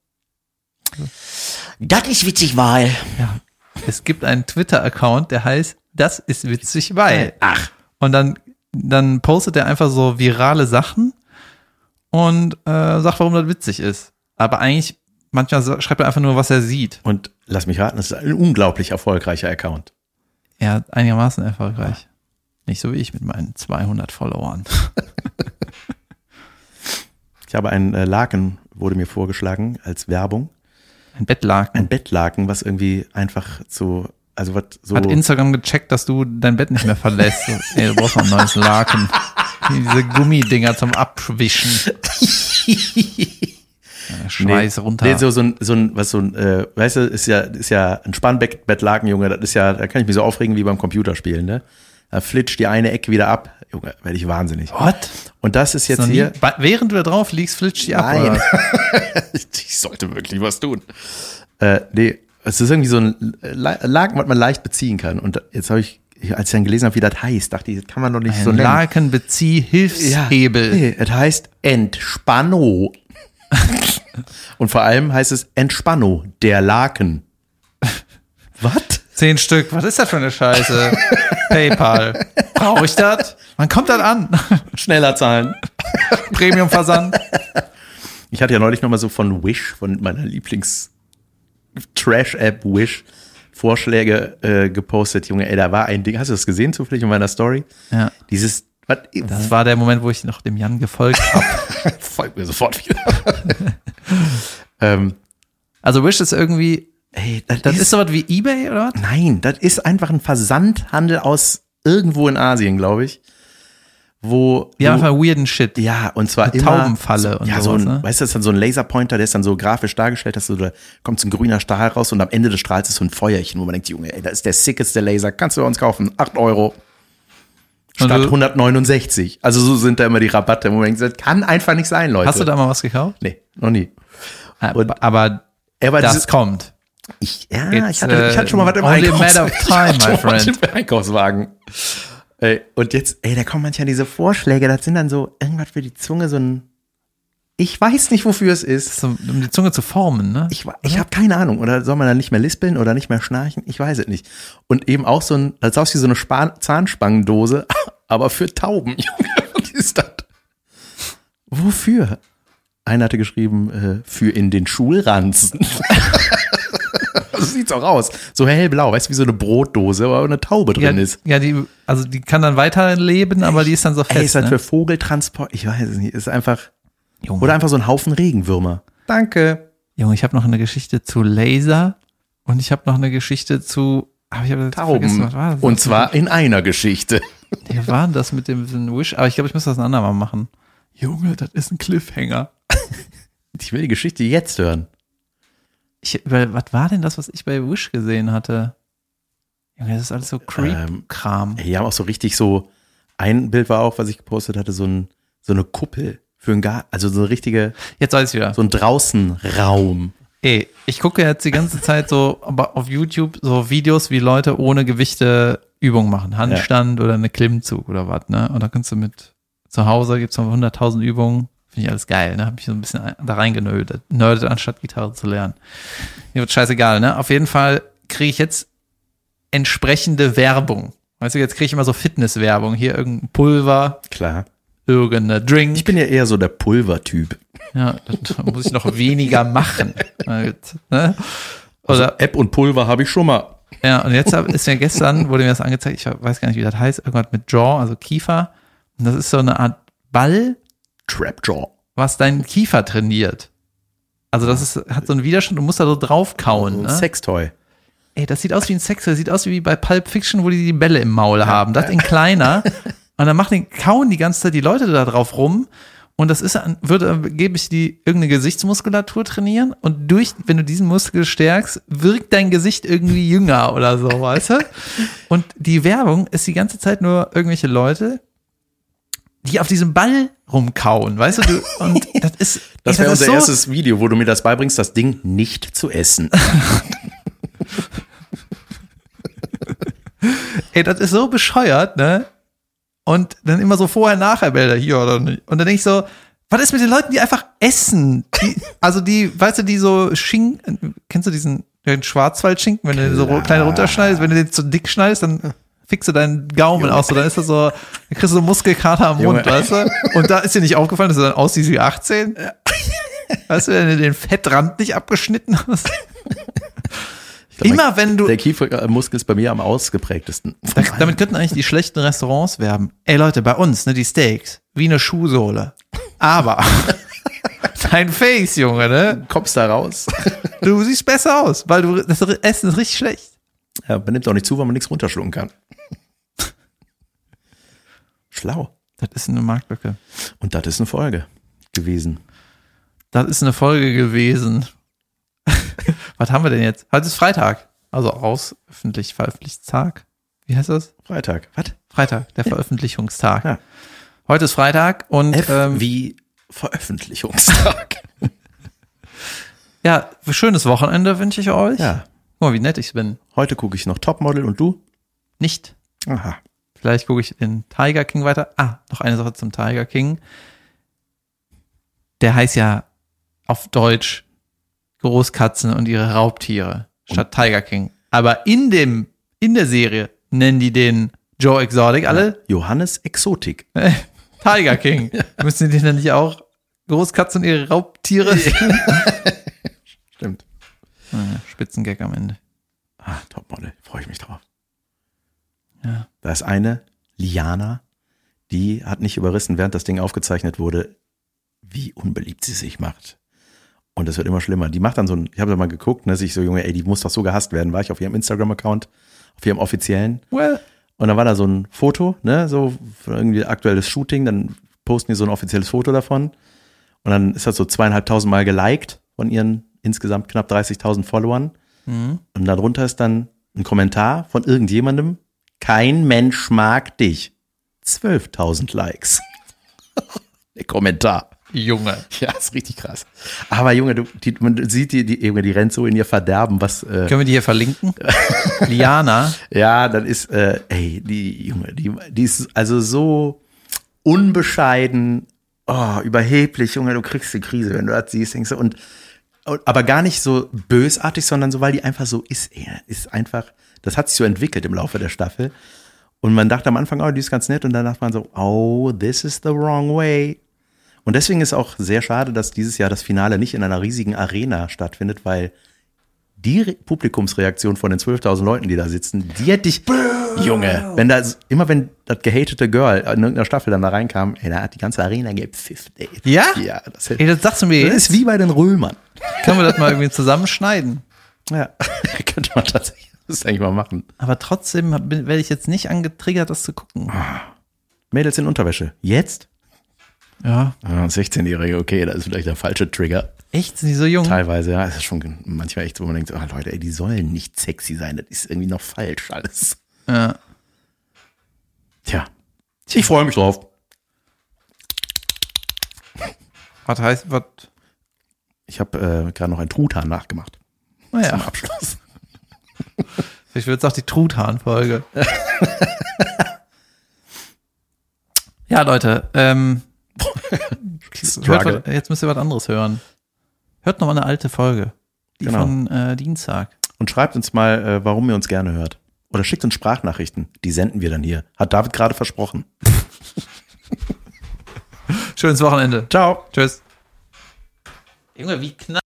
B: Das ist witzig, weil.
A: Es gibt einen Twitter-Account, der heißt Das ist witzig, weil.
C: Ach.
A: Und dann, dann postet er einfach so virale Sachen und äh, sagt, warum das witzig ist. Aber eigentlich, manchmal so- schreibt er einfach nur, was er sieht.
C: Und lass mich raten, das ist ein unglaublich erfolgreicher Account.
A: Ja, einigermaßen erfolgreich. Nicht so wie ich mit meinen 200 Followern.
C: Ich habe ein äh, Laken, wurde mir vorgeschlagen, als Werbung.
A: Ein Bettlaken.
C: ein Bettlaken, was irgendwie einfach zu, also was so.
A: Hat Instagram gecheckt, dass du dein Bett nicht mehr verlässt. So, Ey, du brauchst noch ein neues Laken. Diese Gummidinger zum Abwischen. Ja, Schweiß runter.
C: Nee, so, so ein, so ein, was so ein, äh, weißt du, ist ja, ist ja ein Spannbettlaken, Junge, das ist ja, da kann ich mich so aufregen wie beim Computerspielen, ne? Da flitscht die eine Ecke wieder ab. Junge, werde ich wahnsinnig.
A: What?
C: Und das ist jetzt
A: Noch nie-
C: hier.
A: Ba- Während du da drauf liegst, flitscht die ab.
C: Nein.
A: Oder?
C: ich sollte wirklich was tun. Äh, nee, es ist irgendwie so ein Le- Laken, was man leicht beziehen kann. Und jetzt habe ich, als ich dann gelesen habe, wie das heißt, dachte ich, das kann man doch nicht so
A: Ein
C: nennen.
A: Lakenbeziehhilfshebel.
C: Nee, es heißt Entspanno. Und vor allem heißt es Entspanno, der Laken. Was?
A: Zehn Stück. Was ist das für eine Scheiße? PayPal. Brauche ich das? Wann kommt das an?
C: Schneller zahlen.
A: Premium-Versand.
C: Ich hatte ja neulich nochmal so von Wish, von meiner Lieblings-Trash-App Wish, Vorschläge äh, gepostet. Junge, ey, da war ein Ding. Hast du das gesehen zufällig in meiner Story?
A: Ja.
C: Dieses, was?
A: Das war der Moment, wo ich noch dem Jan gefolgt habe.
C: folgt mir sofort wieder. ähm,
A: Also Wish ist irgendwie,
C: ey,
A: das ist sowas wie Ebay oder was?
C: Nein, das ist einfach ein Versandhandel aus irgendwo in Asien, glaube ich. Wo
A: Ja,
C: du,
A: einfach weirden Shit.
C: ja und zwar
A: eine
C: immer
A: Taubenfalle
C: so,
A: und
C: ja,
A: sowas,
C: so ein,
A: ne?
C: weißt du, das ist dann so ein Laserpointer, der ist dann so grafisch dargestellt, dass du da kommt so ein grüner Strahl raus und am Ende des Strahls ist so ein Feuerchen, wo man denkt, Junge, ey, das ist der sickeste Laser, kannst du bei uns kaufen, 8 Euro
A: Und
C: statt
A: du-
C: 169. Also so sind da immer die Rabatte, wo man denkt, das kann einfach nicht sein, Leute.
A: Hast du da mal was gekauft?
C: Nee, noch nie. Und-
A: Aber, aber
C: Ey, Aber
A: das
C: dieses-
A: kommt.
C: ich, ja,
A: It's,
C: ich hatte, ich hatte schon mal was im
A: äh, only a matter
C: Einkaufswagen.
A: of time,
C: ich hatte
A: my
C: schon mal was
A: friend.
C: im Einkaufswagen. Ey, und jetzt, ey, da kommen manchmal diese Vorschläge, das sind dann so irgendwas für die Zunge, so ein Ich weiß nicht, wofür es ist.
A: Zum, um die Zunge zu formen, ne?
C: Ich, wa- ich habe keine Ahnung. Oder soll man dann nicht mehr lispeln oder nicht mehr schnarchen? Ich weiß es nicht. Und eben auch so ein, als aus wie so eine Span Zahnspangendose, aber für Tauben. Junge, was ist das? Wofür? Einer hatte geschrieben, äh, für in den Schulranzen. so sieht's auch aus. So hellblau, weißt du, wie so eine Brotdose, wo aber eine Taube
A: ja,
C: drin ist.
A: ja, die, also die kann dann weiterleben, aber die ist dann so fest.
C: Ey, ist das
A: ne?
C: für Vogeltransport? Ich weiß es nicht. Ist einfach.
A: Junge.
C: Oder einfach so ein Haufen Regenwürmer. Danke.
A: Junge, ich habe noch eine Geschichte zu Laser und ich habe noch eine Geschichte zu. Aber ich habe vergessen,
C: Tauben.
A: was war das?
C: Und zwar in einer Geschichte.
A: Wir waren das mit dem diesem Wish, aber ich glaube, ich muss das ein andermal machen. Junge, das ist ein Cliffhanger.
C: Ich will die Geschichte jetzt hören.
A: Ich, weil, was war denn das, was ich bei Wish gesehen hatte? Junge, das ist alles so
C: Ähm,
A: Creep-Kram.
C: Ey, Die haben auch so richtig so, ein Bild war auch, was ich gepostet hatte, so, ein, so eine Kuppel für einen Garten, also so eine richtige,
A: jetzt alles wieder.
C: so ein Draußenraum.
A: Ey, ich gucke jetzt die ganze Zeit so aber auf YouTube so Videos, wie Leute ohne Gewichte Übungen machen. Handstand oder eine Klimmzug oder was, ne? Und da kannst du mit zu Hause gibt's noch 100.000 Übungen. Finde ich alles geil, ne? Hab mich so ein bisschen ein- da reingenördet, nerdet, anstatt Gitarre zu lernen. Mir wird scheißegal, ne? Auf jeden Fall kriege ich jetzt entsprechende Werbung. Weißt du, jetzt kriege ich immer so Fitnesswerbung. Hier irgendein Pulver,
C: Klar.
A: irgendeine Drink.
C: Ich bin ja eher so der Pulvertyp.
A: ja, dann muss ich noch weniger machen. Na gut, ne?
C: Also
A: Oder
C: App und Pulver habe ich schon mal.
A: Ja, und jetzt hab, ist mir gestern, wurde mir das angezeigt, ich weiß gar nicht, wie das heißt, irgendwas mit Jaw, also Kiefer. Und das ist so eine Art Ball,
C: Trapjaw.
A: was deinen Kiefer trainiert. Also das ist, hat so einen Widerstand und musst da so draufkauen.
C: Ein
A: Ne?
C: Sextoy.
A: Ey, das sieht aus wie ein Sex, das sieht aus wie bei Pulp Fiction, wo die die Bälle im Maul haben. Das in kleiner. Und dann machen die, kauen die ganze Zeit die Leute da drauf rum. Und das ist, an- würde angeblich die irgendeine Gesichtsmuskulatur trainieren. Und durch, wenn du diesen Muskel stärkst, wirkt dein Gesicht irgendwie jünger oder so, weißt du? Und die Werbung ist die ganze Zeit nur irgendwelche Leute, die auf diesem Ball rumkauen, weißt du? du und das ist,
C: Das
A: ey,
C: wäre unser
A: ist so-
C: erstes Video, wo du mir das beibringst, das Ding nicht zu essen.
A: Ey, das ist so bescheuert, ne? Und dann immer so vorher-nachher-Bilder hier oder nicht. Und dann denke ich so, was ist mit den Leuten, die einfach essen? Die, also die, weißt du, die so Schinken, kennst du diesen, den Schwarzwaldschinken, wenn du den so ro- klein runterschneidest, wenn du den zu dick schneidest, dann fickst du deinen Gaumen aus, so, dann ist das so, dann kriegst du so Muskelkater am
C: Junge.
A: Mund, weißt du? Und da ist dir nicht aufgefallen, dass du dann aussiehst wie 18? Weißt du, wenn du den Fettrand nicht abgeschnitten hast? Immer wenn du
C: Der Kiefermuskel ist bei mir am ausgeprägtesten.
A: da, damit könnten eigentlich die schlechten Restaurants werben. Ey Leute, bei uns, ne, die Steaks, wie eine Schuhsohle. Aber dein Face, Junge, ne?
C: Kommst da raus?
A: Du siehst besser aus, weil du das Essen ist richtig schlecht.
C: Ja, man nimmt auch nicht zu, weil man nichts runterschlucken kann. Schlau.
A: Das ist eine Marktlücke.
C: Und das ist eine Folge gewesen.
A: Das ist eine Folge gewesen. Was haben wir denn jetzt? Heute ist Freitag. Also aus öffentlich Tag. Wie heißt das?
C: Freitag. Was?
A: Freitag, der Veröffentlichungstag.
C: Ja.
A: Heute ist Freitag und
C: F
A: ähm,
C: wie Veröffentlichungstag.
A: ja, schönes Wochenende wünsche ich euch.
C: ja.
A: Guck mal, wie nett ich bin.
C: Heute gucke ich noch Topmodel und du?
A: Nicht
C: Aha.
A: Vielleicht gucke ich in Tiger King weiter. Ah, noch eine Sache zum Tiger King. Der heißt ja auf Deutsch Großkatzen und ihre Raubtiere statt Tiger King. Aber in dem, in der Serie nennen die den Joe Exotic alle
C: Johannes Exotik.
A: Tiger King. Müssen die denn nicht auch Großkatzen und ihre Raubtiere?
C: Stimmt.
A: Naja, Ah, Spitzengag am Ende.
C: Ah, Topmodel. Freue ich mich drauf.
A: Ja.
C: Da ist eine, Liana, die hat nicht überrissen, während das Ding aufgezeichnet wurde, wie unbeliebt sie sich macht. Und das wird immer schlimmer. Die macht dann so ein, ich habe da mal geguckt, ne, sich so, Junge, ey, die muss doch so gehasst werden. War ich auf ihrem Instagram-Account, auf ihrem offiziellen.
A: Well,
C: Und dann war da so ein Foto, ne, so für irgendwie aktuelles Shooting, dann posten die so ein offizielles Foto davon. Und dann ist das so zweieinhalbtausend Mal geliked von ihren insgesamt knapp 30.000 Followern. Und darunter ist dann ein Kommentar von irgendjemandem. Kein Mensch mag dich. 12.000 Likes. Der Kommentar.
A: Junge.
C: Ja, ist richtig krass. Aber Junge, du, die, man sieht die, die, Junge, die rennt so in ihr Verderben, was, äh,
A: Können wir die hier verlinken? Liana.
C: ja, dann ist, äh, ey, die Junge, die, die ist also so unbescheiden oh, überheblich, Junge, du kriegst die Krise, wenn du das siehst, denkst du, und, und aber gar nicht so bösartig, sondern so, weil die einfach so ist, er ist einfach, das hat sich so entwickelt im Laufe der Staffel. Und man dachte am Anfang, oh, die ist ganz nett, und dann dachte man so, oh, this is the wrong way. Und deswegen ist auch sehr schade, dass dieses Jahr das Finale nicht in einer riesigen Arena stattfindet, weil die Re Publikumsreaktion von den 12.000 Leuten, die da sitzen, die hätte ich, Junge, wenn da, immer wenn das gehatete Girl in irgendeiner Staffel dann da reinkam, ey, da hat die ganze Arena gepfifft, ey.
A: Ja?
C: Ja, das,
A: Ey,
C: hätte,
A: das sagst du mir
C: das
A: jetzt.
C: ist wie bei den Römern.
A: Können wir das mal irgendwie zusammenschneiden?
C: Ja, könnte man tatsächlich, das eigentlich mal machen.
A: Aber trotzdem hab- bin- werde ich jetzt nicht angetriggert, das zu gucken.
C: Mädels in Unterwäsche. Jetzt?
A: Ja.
C: Ah, 16-Jährige, okay, das ist vielleicht der falsche Trigger.
A: Echt? Sind die so jung?
C: Teilweise, ja, es ist schon manchmal echt so, wo man denkt, ah, Leute, ey, die sollen nicht sexy sein, das ist irgendwie noch falsch alles.
A: Ja.
C: Tja, ich freue mich drauf.
A: Was heißt, was?
C: Ich habe äh, gerade noch einen Truthahn nachgemacht. Zum
A: Naja,
C: Abschluss.
A: ich würde es auch die Truthahn-Folge. ja, Leute, ähm, hört,
C: Struggle.
A: was- jetzt müsst ihr was anderes hören. Hört noch mal eine alte Folge. Die
C: Genau.
A: von äh, Dienstag.
C: Und schreibt uns mal, äh, warum ihr uns gerne hört. Oder schickt uns Sprachnachrichten. Die senden wir dann hier. Hat David gerade versprochen.
A: Schönes Wochenende.
C: Ciao.
A: Tschüss. Junge, wie knapp.